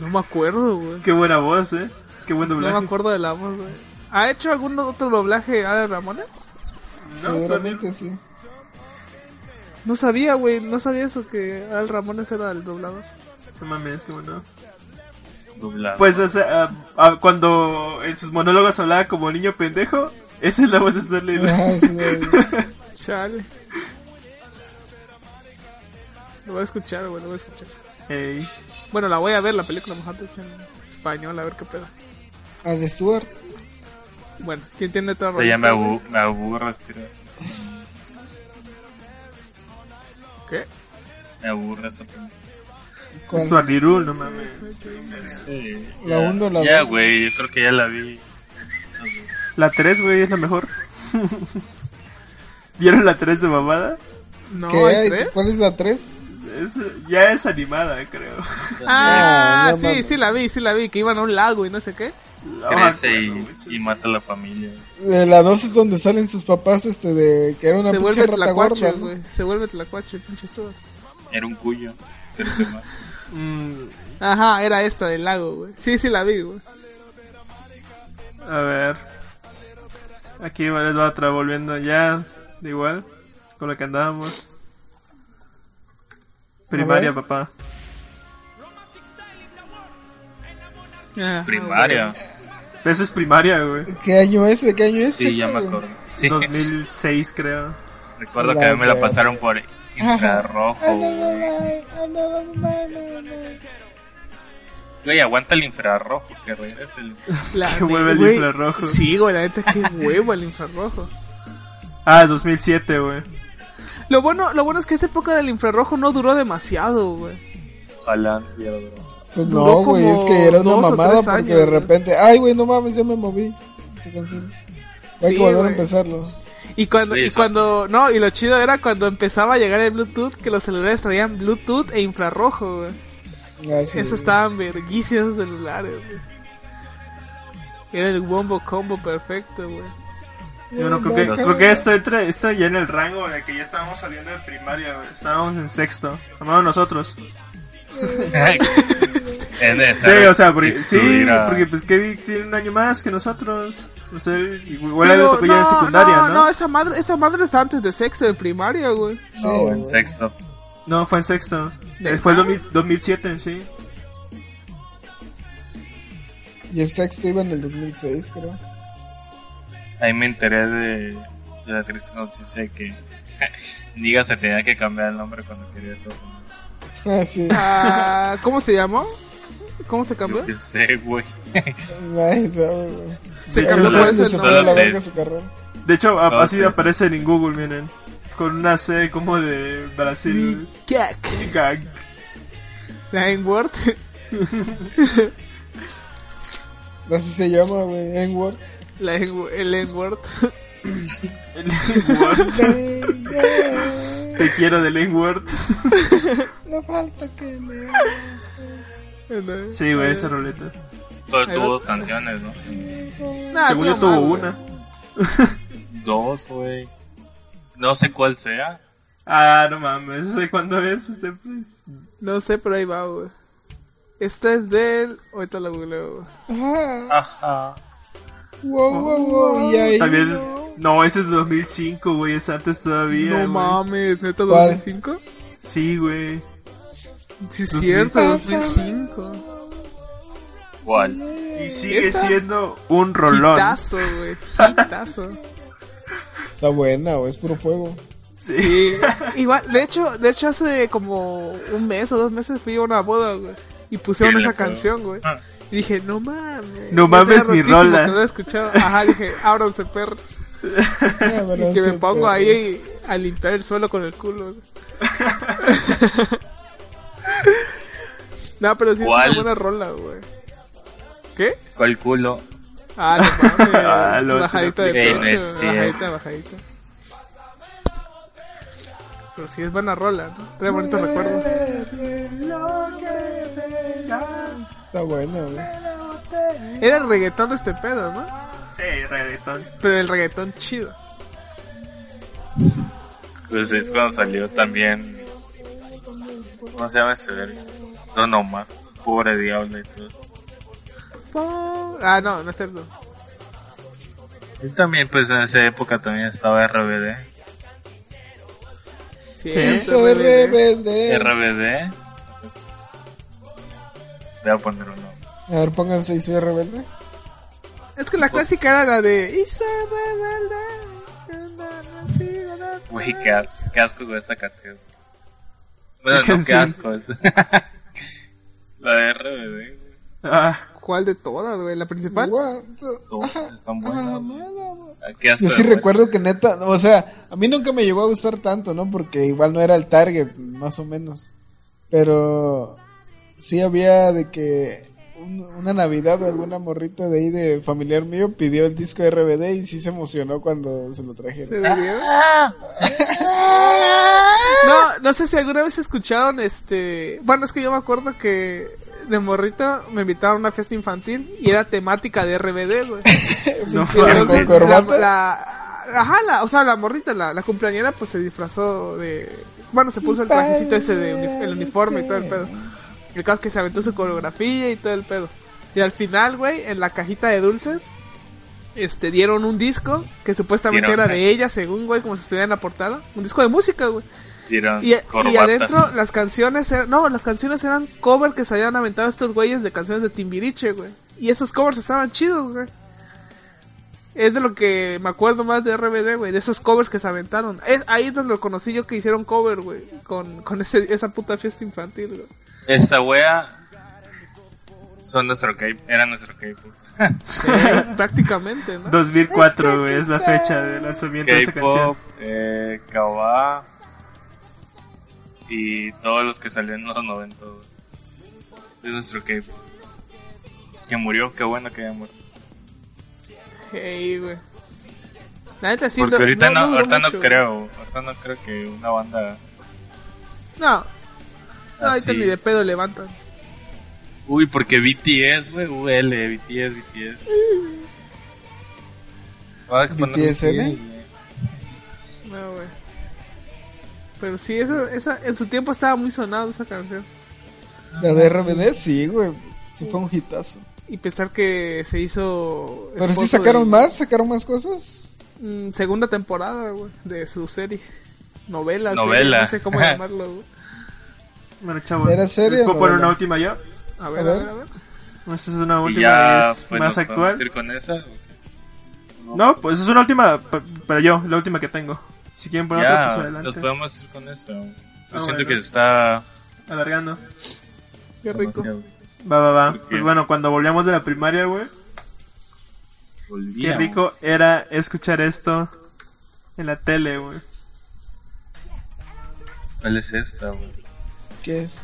Speaker 3: No me acuerdo, güey.
Speaker 1: Qué buena voz, eh. Qué buen
Speaker 3: No
Speaker 1: doblaje.
Speaker 3: me acuerdo de la voz, güey. ¿Ha hecho algún otro doblaje Ada Ramones?
Speaker 4: seguramente sí.
Speaker 3: No sabía, güey. No sabía eso que Al Ramones era el doblador.
Speaker 1: No mames, qué bueno.
Speaker 2: Doblado.
Speaker 1: Pues o sea, ah, ah, cuando en sus monólogos hablaba como niño pendejo, esa es la voz de Stuart Little.
Speaker 4: Ajá, sí, güey.
Speaker 3: Chale. Lo voy a escuchar, güey. Lo voy a escuchar.
Speaker 1: Ey.
Speaker 3: Bueno, la voy a ver, la película mejor dicho en español, a ver qué pedo.
Speaker 4: A de Stuart.
Speaker 3: Bueno, ¿quién tiene otra
Speaker 2: Pero ya me,
Speaker 3: rolita, güey?
Speaker 2: abu- me aburro, tío.
Speaker 3: ¿Qué?
Speaker 2: Me aburre esa película.
Speaker 4: ¿Cuál?
Speaker 1: Stuart Little, no mames.
Speaker 2: Sí.
Speaker 4: La
Speaker 2: ya-
Speaker 4: uno, la
Speaker 2: Ya,
Speaker 4: dos.
Speaker 2: güey, yo creo que ya la vi.
Speaker 1: La 3, güey, es la mejor. ¿Vieron la 3 de mamada?
Speaker 3: No,
Speaker 4: ¿Qué?
Speaker 3: hay
Speaker 4: hay?
Speaker 3: tres.
Speaker 4: ¿Cuál es la 3?
Speaker 1: Es- ya es animada, creo.
Speaker 3: Ah,
Speaker 4: No, no
Speaker 3: sí,
Speaker 4: mames.
Speaker 3: sí la vi, sí la vi, que iban a un lago y no sé qué.
Speaker 1: No me
Speaker 2: Crece
Speaker 1: acuerdo,
Speaker 2: y,
Speaker 1: güey.
Speaker 2: y mata a la familia.
Speaker 4: eh, la 2 es donde salen sus papás, este, de que era una
Speaker 3: Se
Speaker 4: pinche
Speaker 3: vuelve
Speaker 4: rata
Speaker 3: tlacuache,
Speaker 4: gorda. ¿no?
Speaker 3: güey. Se vuelve tlacuache, pinche estuvo.
Speaker 2: Era un cuyo. Pero se mata.
Speaker 1: Mm,
Speaker 3: Ajá, era esta del lago, güey. Sí, sí la vi, güey.
Speaker 1: a ver. Aquí va- les va otra volviendo ya. de Igual. Con la que andábamos. Primaria,
Speaker 4: A ver.
Speaker 1: papá.
Speaker 3: Ajá,
Speaker 2: Primaria.
Speaker 1: Pero eso es primaria, güey.
Speaker 4: ¿Qué año es? ¿De qué año es?
Speaker 2: Sí,
Speaker 4: Checa,
Speaker 2: ya me
Speaker 4: güey.
Speaker 2: acuerdo. Sí.
Speaker 1: 2006, creo.
Speaker 2: Recuerdo que a mí me la pasaron por infrarrojo, güey. Güey, aguanta el infrarrojo, que regrese el...
Speaker 3: güey. La
Speaker 1: Que vuelve el
Speaker 3: güey,
Speaker 1: infrarrojo.
Speaker 3: Sí, güey, la neta es que huevo el infrarrojo.
Speaker 1: Ah, 2007, güey.
Speaker 3: Lo bueno, lo bueno es que esa época del infrarrojo no duró demasiado, güey.
Speaker 2: Ojalá hubiera durado.
Speaker 4: Pues
Speaker 3: Duró
Speaker 4: no, güey,
Speaker 3: como
Speaker 4: es que era una
Speaker 3: dos o
Speaker 4: mamada
Speaker 3: tres
Speaker 4: porque
Speaker 3: años,
Speaker 4: de
Speaker 3: güey.
Speaker 4: repente, ay, güey, no mames, ya me moví. Se cancela. Hay
Speaker 3: Sí,
Speaker 4: que volver
Speaker 3: güey.
Speaker 4: a empezarlo.
Speaker 3: Y cuando,
Speaker 2: Sí,
Speaker 3: y
Speaker 2: eso.
Speaker 3: cuando, no, y lo chido era cuando empezaba a llegar el Bluetooth, que los celulares traían Bluetooth e infrarrojo, güey.
Speaker 4: Ah, sí,
Speaker 3: Eso
Speaker 4: güey.
Speaker 3: estaban verguísimos esos celulares, güey. Era el Wombo Combo perfecto, güey.
Speaker 1: Yo no creo que,
Speaker 2: Los-
Speaker 1: creo que esto entra, está ya en el rango en el que ya estábamos saliendo de primaria, güey. Estábamos en sexto. Hermano, nosotros.
Speaker 2: en
Speaker 1: Sí,
Speaker 2: esta
Speaker 1: o sea, porque, sí,
Speaker 2: excluir a-
Speaker 1: porque pues Kevin tiene un año más que nosotros. No sé, igual a él le
Speaker 3: Pero
Speaker 1: tocó ya en secundaria, ¿no?
Speaker 3: No, esa madre, esta madre está antes de sexo de primaria, güey.
Speaker 4: Sí,
Speaker 2: No,
Speaker 4: güey.
Speaker 2: en sexto.
Speaker 1: No, fue en sexto. Eh,
Speaker 3: ¿De
Speaker 1: fue el
Speaker 3: verdad?
Speaker 1: 2000 2007, sí.
Speaker 4: Y el sexto iba en el 2006, creo.
Speaker 2: Ahí me enteré de, de la triste noticia de que Niga se tenía que cambiar el nombre cuando quería Estados Unidos.
Speaker 4: Ah, sí.
Speaker 3: Ah, ¿Cómo se llamó? ¿Cómo se cambió?
Speaker 2: Yo qué sé, güey.
Speaker 4: Nadie sabe, güey.
Speaker 3: Se
Speaker 1: De
Speaker 4: Ahí
Speaker 1: hecho,
Speaker 4: fue
Speaker 3: cambió por
Speaker 1: la-
Speaker 4: donde
Speaker 3: ese
Speaker 4: se
Speaker 2: no.
Speaker 4: fue a la
Speaker 2: Solamente-
Speaker 4: verga su carrera.
Speaker 1: De hecho, a-
Speaker 2: No,
Speaker 1: así
Speaker 2: sí.
Speaker 1: aparecen en Google, miren. Con una C como de Brasil.
Speaker 3: Gak.
Speaker 1: Gag.
Speaker 3: Line Word.
Speaker 4: Así se llama, güey. En Word.
Speaker 3: Line- El N Word.
Speaker 1: El N-word. Te quiero del N-word.
Speaker 4: No falta que me haces.
Speaker 1: Sí, güey, esa roleta.
Speaker 2: Solo
Speaker 3: Ahí
Speaker 2: tuvo
Speaker 3: va.
Speaker 2: dos canciones, ¿no?
Speaker 3: Nah,
Speaker 1: Según yo
Speaker 3: Ah, tío,
Speaker 1: tuvo
Speaker 3: mal, güey.
Speaker 1: una.
Speaker 2: Dos, güey. No sé cuál sea.
Speaker 1: Ah, no mames, ¿de cuándo es este? Pues,
Speaker 3: No sé, pero ahí va, güey. Esta es del. Ahorita la googleo, güey.
Speaker 4: Ajá.
Speaker 2: Ajá.
Speaker 4: Wow, wow, wow. Y ahí.
Speaker 1: También.
Speaker 4: no.
Speaker 1: No, ese es 2005, güey, es antes todavía.
Speaker 3: No
Speaker 1: güey.
Speaker 3: mames, neta
Speaker 4: ¿Cuál?
Speaker 3: 2005?
Speaker 1: Sí, güey.
Speaker 3: Sí, es
Speaker 1: 2005.
Speaker 3: cierto, 2005.
Speaker 2: ¿Cuál?
Speaker 1: Y sigue
Speaker 3: ¿Esa?
Speaker 1: siendo un rolón.
Speaker 3: Hitazo, güey. Hitazo.
Speaker 4: Está buena, güey. Es puro fuego.
Speaker 1: Sí.
Speaker 3: Igual, de hecho, de hecho hace como un mes o dos meses fui a una boda, güey. Y pusieron
Speaker 2: Sí, la
Speaker 3: esa
Speaker 2: puedo.
Speaker 3: canción, güey.
Speaker 2: Ah.
Speaker 3: Y dije, no
Speaker 1: No
Speaker 3: mames. ya tenía
Speaker 1: mames, mi
Speaker 3: ratísimo
Speaker 1: rola.
Speaker 3: que no la escuchaba. Ajá, dije, ábranse perros.
Speaker 4: Ah,
Speaker 3: Y
Speaker 4: verdad,
Speaker 3: que me
Speaker 4: sí,
Speaker 3: pongo
Speaker 4: pero-
Speaker 3: ahí a limpiar el suelo con el culo. güey. no, pero sí
Speaker 2: ¿Cuál?
Speaker 3: es una buena rola, güey. ¿Qué?
Speaker 2: ¿Cuál culo?
Speaker 3: Ah, no mames.
Speaker 1: Ah, lo-
Speaker 3: bajadita de
Speaker 1: Eh,
Speaker 2: no
Speaker 3: pecho,
Speaker 2: es cierto.
Speaker 3: bajadita, bajadita. Pero sí es buena rola, ¿no? Trae bonitos recuerdos.
Speaker 4: Está buena, güey.
Speaker 3: Era el reggaetón de este pedo, ¿no?
Speaker 1: Sí, reggaetón.
Speaker 3: Pero el reggaetón chido.
Speaker 2: Pues es cuando salió también. ¿Cómo se llama este verga? No, no, ma. Pobre diablo y todo.
Speaker 3: Ah, no, no es cierto.
Speaker 2: Yo también, pues en esa época también estaba RBD.
Speaker 3: Sí, eh.
Speaker 1: ¿Qué?
Speaker 3: es
Speaker 4: Soy
Speaker 3: RBD.
Speaker 4: rebelde.
Speaker 2: RBD. Voy a poner un nombre.
Speaker 4: A ver, pónganse y soy rebelde.
Speaker 3: Es que la clásica era la de Isabel Valdés.
Speaker 2: Güey, qué, as- qué asco con esta canción. Bueno,
Speaker 1: ¿Qué
Speaker 2: no, qué
Speaker 1: canción?
Speaker 2: asco. La de RBD, güey.
Speaker 1: Ah,
Speaker 3: ¿Cuál de todas, güey? ¿La principal?
Speaker 4: Guau.
Speaker 2: Todas están
Speaker 4: Ah,
Speaker 2: buenas. güey.
Speaker 4: mala, güey.
Speaker 2: Ah, Qué asco.
Speaker 4: Yo sí
Speaker 2: de-
Speaker 4: recuerdo que neta, o sea, a mí nunca me llegó a gustar tanto, ¿no? Porque igual no era el target, más o menos. Pero sí había de que un- una Navidad o alguna morrita de ahí de familiar mío pidió el disco de RBD y sí se emocionó cuando se lo
Speaker 3: ¿Se
Speaker 4: trajeron.
Speaker 3: murió? No, no sé si alguna vez escucharon este. Bueno, es que yo me acuerdo que de morrito me invitaron a una fiesta infantil y era temática de RBD, güey.
Speaker 1: no
Speaker 4: ¿Con
Speaker 1: mames.
Speaker 3: la,
Speaker 4: corbata?
Speaker 3: la- ajá, la- o sea, la morrita, la, la cumpleañera, pues se disfrazó de. Bueno, se puso el trajecito ese de uni- el uniforme y todo el pedo. El caso es que se aventó su coreografía y todo el pedo. Y al final, güey, en la cajita de dulces, este, dieron un disco que supuestamente
Speaker 2: Dieron,
Speaker 3: era de
Speaker 2: eh.
Speaker 3: ella, según, güey, como si estuviera en la portada. Un disco de música, güey.
Speaker 2: Dieron
Speaker 3: Y, y
Speaker 2: corbatas.
Speaker 3: adentro las canciones eran, no, las canciones eran covers que se habían aventado estos güeyes de canciones de Timbiriche, güey. Y esos covers estaban chidos, güey. Es de lo que me acuerdo más de RBD, güey, de esos covers que se aventaron. Es ahí es donde lo conocí yo que hicieron cover, güey, con, con ese, esa puta fiesta infantil, güey.
Speaker 2: Esta wea. Son nuestro K. Era nuestro K-pop.
Speaker 3: Eh, prácticamente, ¿no?
Speaker 1: 2004, güey, es la fecha de lanzamiento de esta canción.
Speaker 2: K-pop, eh, Kaba. Y todos los que salieron en los 90. güey. Es nuestro K-pop. Que murió, qué bueno que haya muerto.
Speaker 3: Hey, güey. La neta sí,
Speaker 2: Porque
Speaker 3: no-
Speaker 2: ahorita no,
Speaker 3: duró
Speaker 2: ahorita no
Speaker 3: mucho, güey.
Speaker 2: creo, ahorita no creo que una banda
Speaker 3: No, no ahorita
Speaker 2: así.
Speaker 3: ni de pedo levantan.
Speaker 2: Uy, porque BTS, güey. UL, BTS, BTS. Ahora que poner
Speaker 4: ¿BTSN?
Speaker 2: güey.
Speaker 3: No, güey. Pero sí, esa, esa, en su tiempo estaba muy sonado esa canción.
Speaker 4: La de RBD, sí, güey. Sí fue un hitazo.
Speaker 3: Y pensar que se hizo.
Speaker 4: Pero
Speaker 3: esposo
Speaker 4: sí sacaron
Speaker 3: de-
Speaker 4: más, sacaron más cosas.
Speaker 3: Mm, segunda temporada, güey, de su serie. Novela. serie,
Speaker 2: Novela.
Speaker 3: no sé cómo llamarlo, güey.
Speaker 1: Bueno, chavos.
Speaker 4: ¿Era serie
Speaker 1: ¿les
Speaker 4: o
Speaker 1: puedo poner
Speaker 4: novela?
Speaker 1: una última yo?
Speaker 3: A ver,
Speaker 4: A
Speaker 3: a
Speaker 4: ver.
Speaker 3: ver, a ver.
Speaker 1: Esta es una
Speaker 2: Y
Speaker 1: última
Speaker 2: ya,
Speaker 1: que es
Speaker 2: pues,
Speaker 1: más
Speaker 2: nos podemos
Speaker 1: actual.
Speaker 2: ir con esa? ¿o qué?
Speaker 1: No, pues es una última pa- para yo, la última que tengo. Si quieren poner otra, pues
Speaker 2: Ya, nos
Speaker 1: adelante.
Speaker 2: podemos ir con eso. Yo
Speaker 1: Ah,
Speaker 2: siento
Speaker 1: bueno.
Speaker 2: que está
Speaker 1: Alargando.
Speaker 3: Qué rico.
Speaker 2: demasiado.
Speaker 1: Va, va, va.
Speaker 2: ¿Por qué?
Speaker 1: Pues bueno, cuando volvíamos de la primaria, güey, qué
Speaker 2: Volvíamos.
Speaker 1: rico era escuchar esto en la tele, güey.
Speaker 2: ¿Cuál es esta, güey?
Speaker 4: ¿Qué es?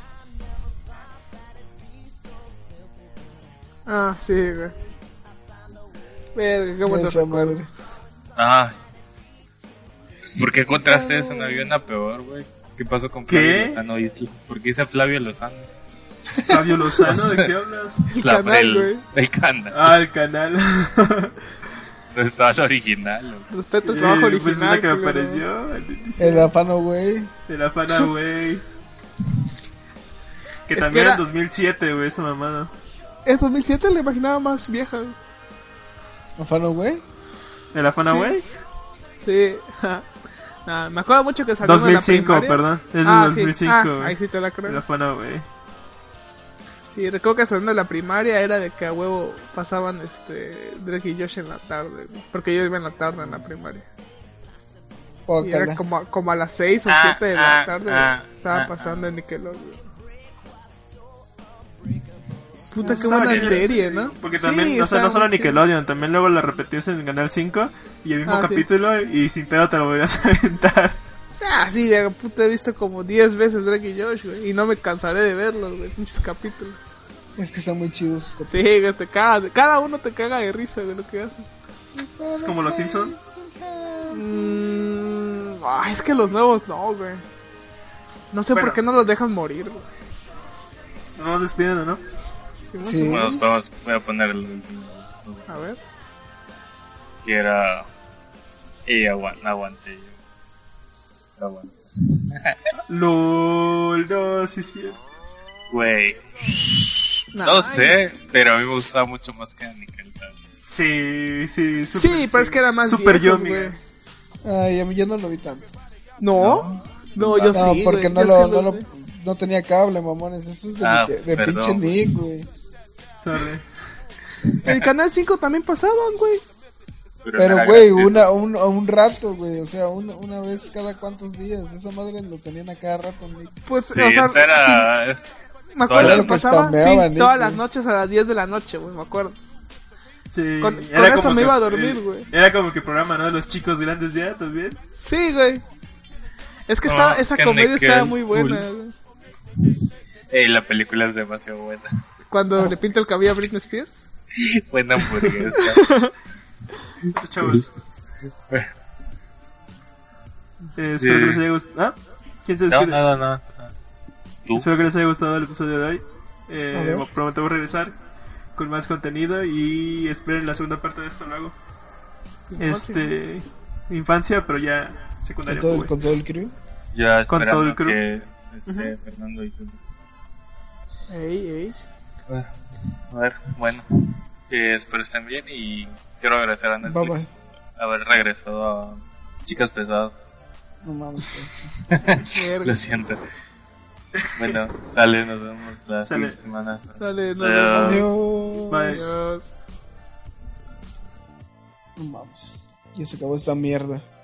Speaker 3: Ah, sí, güey. Verga, qué bueno.
Speaker 4: Esa madre.
Speaker 2: Ah. ¿Por qué contraste esa? No había una peor, güey. ¿Qué pasó con
Speaker 1: ¿Qué?
Speaker 2: Flavio Lozano? Isla? ¿Por qué dice Flavio Lozano?
Speaker 1: Fabio Lozano, ¿de qué hablas?
Speaker 3: El
Speaker 2: La-
Speaker 3: canal,
Speaker 2: el,
Speaker 3: güey.
Speaker 2: el canal.
Speaker 1: Ah, el canal.
Speaker 2: No estaba el original, güey.
Speaker 3: Respeto el
Speaker 1: Eh,
Speaker 3: trabajo original.
Speaker 1: pues es la que me
Speaker 3: culero.
Speaker 1: apareció. al inicio.
Speaker 4: El afano, güey.
Speaker 1: De la Fana, güey. Que
Speaker 3: Es
Speaker 1: también era
Speaker 3: que era-
Speaker 1: en 2007, güey, esa mamada.
Speaker 3: En 2007 la imaginaba más vieja, güey.
Speaker 4: Afano, güey.
Speaker 1: ¿De la Fana,
Speaker 3: Sí.
Speaker 1: güey?
Speaker 3: Sí. ja. Nah, me acuerdo mucho que salió en la
Speaker 1: 2005,
Speaker 3: primaria.
Speaker 1: perdón. Ese
Speaker 3: Ah,
Speaker 1: es
Speaker 3: sí.
Speaker 1: 2005,
Speaker 3: Ah,
Speaker 1: güey.
Speaker 3: ahí sí te la
Speaker 1: De
Speaker 3: creo.
Speaker 1: la Fana, güey.
Speaker 3: Sí, recuerdo que saliendo de la primaria era de que a huevo pasaban este Drake y Josh en la tarde, güey. porque yo iba en la tarde en la primaria. Y
Speaker 4: Guácala.
Speaker 3: era como, a- como a las 6 o
Speaker 2: Ah,
Speaker 3: 7 de la
Speaker 2: ah,
Speaker 3: tarde,
Speaker 2: ah,
Speaker 3: güey. estaba
Speaker 2: ah,
Speaker 3: pasando
Speaker 2: ah.
Speaker 3: en Nickelodeon. Puta, qué
Speaker 1: Estaba
Speaker 3: buena
Speaker 1: chido,
Speaker 3: serie, ¿no?
Speaker 1: Porque
Speaker 3: Sí,
Speaker 1: también, o sea,
Speaker 3: estaba
Speaker 1: no solo
Speaker 3: muy chido.
Speaker 1: Nickelodeon, también luego la repetías en Canal 5 y el mismo
Speaker 3: Ah, sí.
Speaker 1: capítulo y sin pedo te lo volvías a aventar.
Speaker 3: Ah, sí, verga, puta, he visto como 10 veces Drake y Josh, güey. Y no me cansaré de verlos, güey, pinches capítulos.
Speaker 4: Es que están muy chidos sus copias.
Speaker 3: Sí, güey, te caga, cada uno te caga de risa, güey, lo que hacen.
Speaker 1: Es como los Simpsons.
Speaker 3: Mm, ah, es que los nuevos no, güey. No sé
Speaker 1: Bueno.
Speaker 3: por qué no los dejan morir, güey.
Speaker 1: Nos vamos despidiendo, ¿no?
Speaker 3: Sí, más
Speaker 4: Sí.
Speaker 3: o menos.
Speaker 2: Bueno, vamos, voy a poner el último. güey.
Speaker 3: A ver.
Speaker 2: Que era. Eh, aguante, aguante. Aguante.
Speaker 1: LOL, no, sí, sí.
Speaker 2: Güey. No
Speaker 3: Nah,
Speaker 2: sé, pero a mí me gustaba mucho más que Nickelodeon.
Speaker 1: Sí, sí,
Speaker 3: Sí,
Speaker 1: súper,
Speaker 3: pero es que era más
Speaker 1: Super
Speaker 3: viejo,
Speaker 1: yo, Miguel.
Speaker 4: Ay, a mí yo no lo vi tanto. Ah,
Speaker 3: ¿No? No, yo
Speaker 4: no,
Speaker 3: sí,
Speaker 4: porque
Speaker 3: güey,
Speaker 4: no,
Speaker 3: yo
Speaker 4: lo,
Speaker 3: sí
Speaker 4: no,
Speaker 3: los
Speaker 4: lo-
Speaker 3: vi.
Speaker 4: no tenía cable, mamones. Eso es de,
Speaker 2: Ah,
Speaker 4: mi- de
Speaker 2: perdón,
Speaker 4: pinche
Speaker 2: güey.
Speaker 4: Nick, güey.
Speaker 1: Sorry.
Speaker 3: En Canal 5 también pasaban, güey.
Speaker 4: Pero,
Speaker 2: no era
Speaker 4: güey,
Speaker 2: gratis.
Speaker 4: una, un, un rato, güey. O sea, una, una vez cada cuantos días. Esa madre lo tenían a cada rato, Nick.
Speaker 3: Pues,
Speaker 2: Sí,
Speaker 3: o sea,
Speaker 2: esta era. es-
Speaker 3: sí, me
Speaker 2: todas
Speaker 3: acuerdo que
Speaker 2: las-
Speaker 3: lo pasaba sí,
Speaker 4: spameaban, ¿eh,
Speaker 3: todas
Speaker 4: güey?
Speaker 3: las noches a las 10 de la noche, güey, me acuerdo.
Speaker 1: Sí,
Speaker 3: Con-
Speaker 1: era
Speaker 3: con eso
Speaker 1: como
Speaker 3: me
Speaker 1: que-
Speaker 3: iba a dormir,
Speaker 1: eh,
Speaker 3: güey.
Speaker 1: Era como que programa, ¿no? Los chicos grandes ya también.
Speaker 3: Sí, güey. Es que
Speaker 2: No,
Speaker 3: estaba,
Speaker 2: es
Speaker 3: esa
Speaker 2: que
Speaker 3: comedia
Speaker 2: Nickel
Speaker 3: estaba muy buena,
Speaker 2: Pool.
Speaker 3: güey.
Speaker 2: Ey, la película es demasiado buena.
Speaker 3: Cuando le pinta el cabello a Britney Spears.
Speaker 2: Buena hamburguesa.
Speaker 1: Pues, Chavos. Eh, espero que les haya gustado. ¿Ah? ¿Quién se
Speaker 2: no,
Speaker 1: despide?
Speaker 2: no, no, no. ¿Tú?
Speaker 1: Espero que les haya gustado el episodio de hoy. Eh,
Speaker 4: A ver.
Speaker 1: prometemos regresar con más contenido y esperen la segunda parte de esto luego. Este, infancia, pero ya
Speaker 4: Con
Speaker 1: secundaria.
Speaker 4: todo, el,
Speaker 1: güey.
Speaker 4: con todo el crew.
Speaker 2: Ya
Speaker 1: Con
Speaker 2: esperando
Speaker 1: todo el crew.
Speaker 2: que este, Fernando y Julio.
Speaker 3: Ey, ey.
Speaker 2: A ver, bueno. Eh, espero estén bien y quiero agradecer a Netflix
Speaker 4: Bye, bye.
Speaker 2: haber regresado a Chicas Pesadas.
Speaker 4: No mames, güey.
Speaker 3: Verga.
Speaker 2: Lo siento. Bueno, sale, nos vemos la
Speaker 1: Sale.
Speaker 2: siguiente semana.
Speaker 3: Dale, no,
Speaker 2: Adiós.
Speaker 3: no, no.
Speaker 4: Adiós.
Speaker 1: Bye.
Speaker 3: Adiós.
Speaker 4: No mames. Y se acabó esta mierda.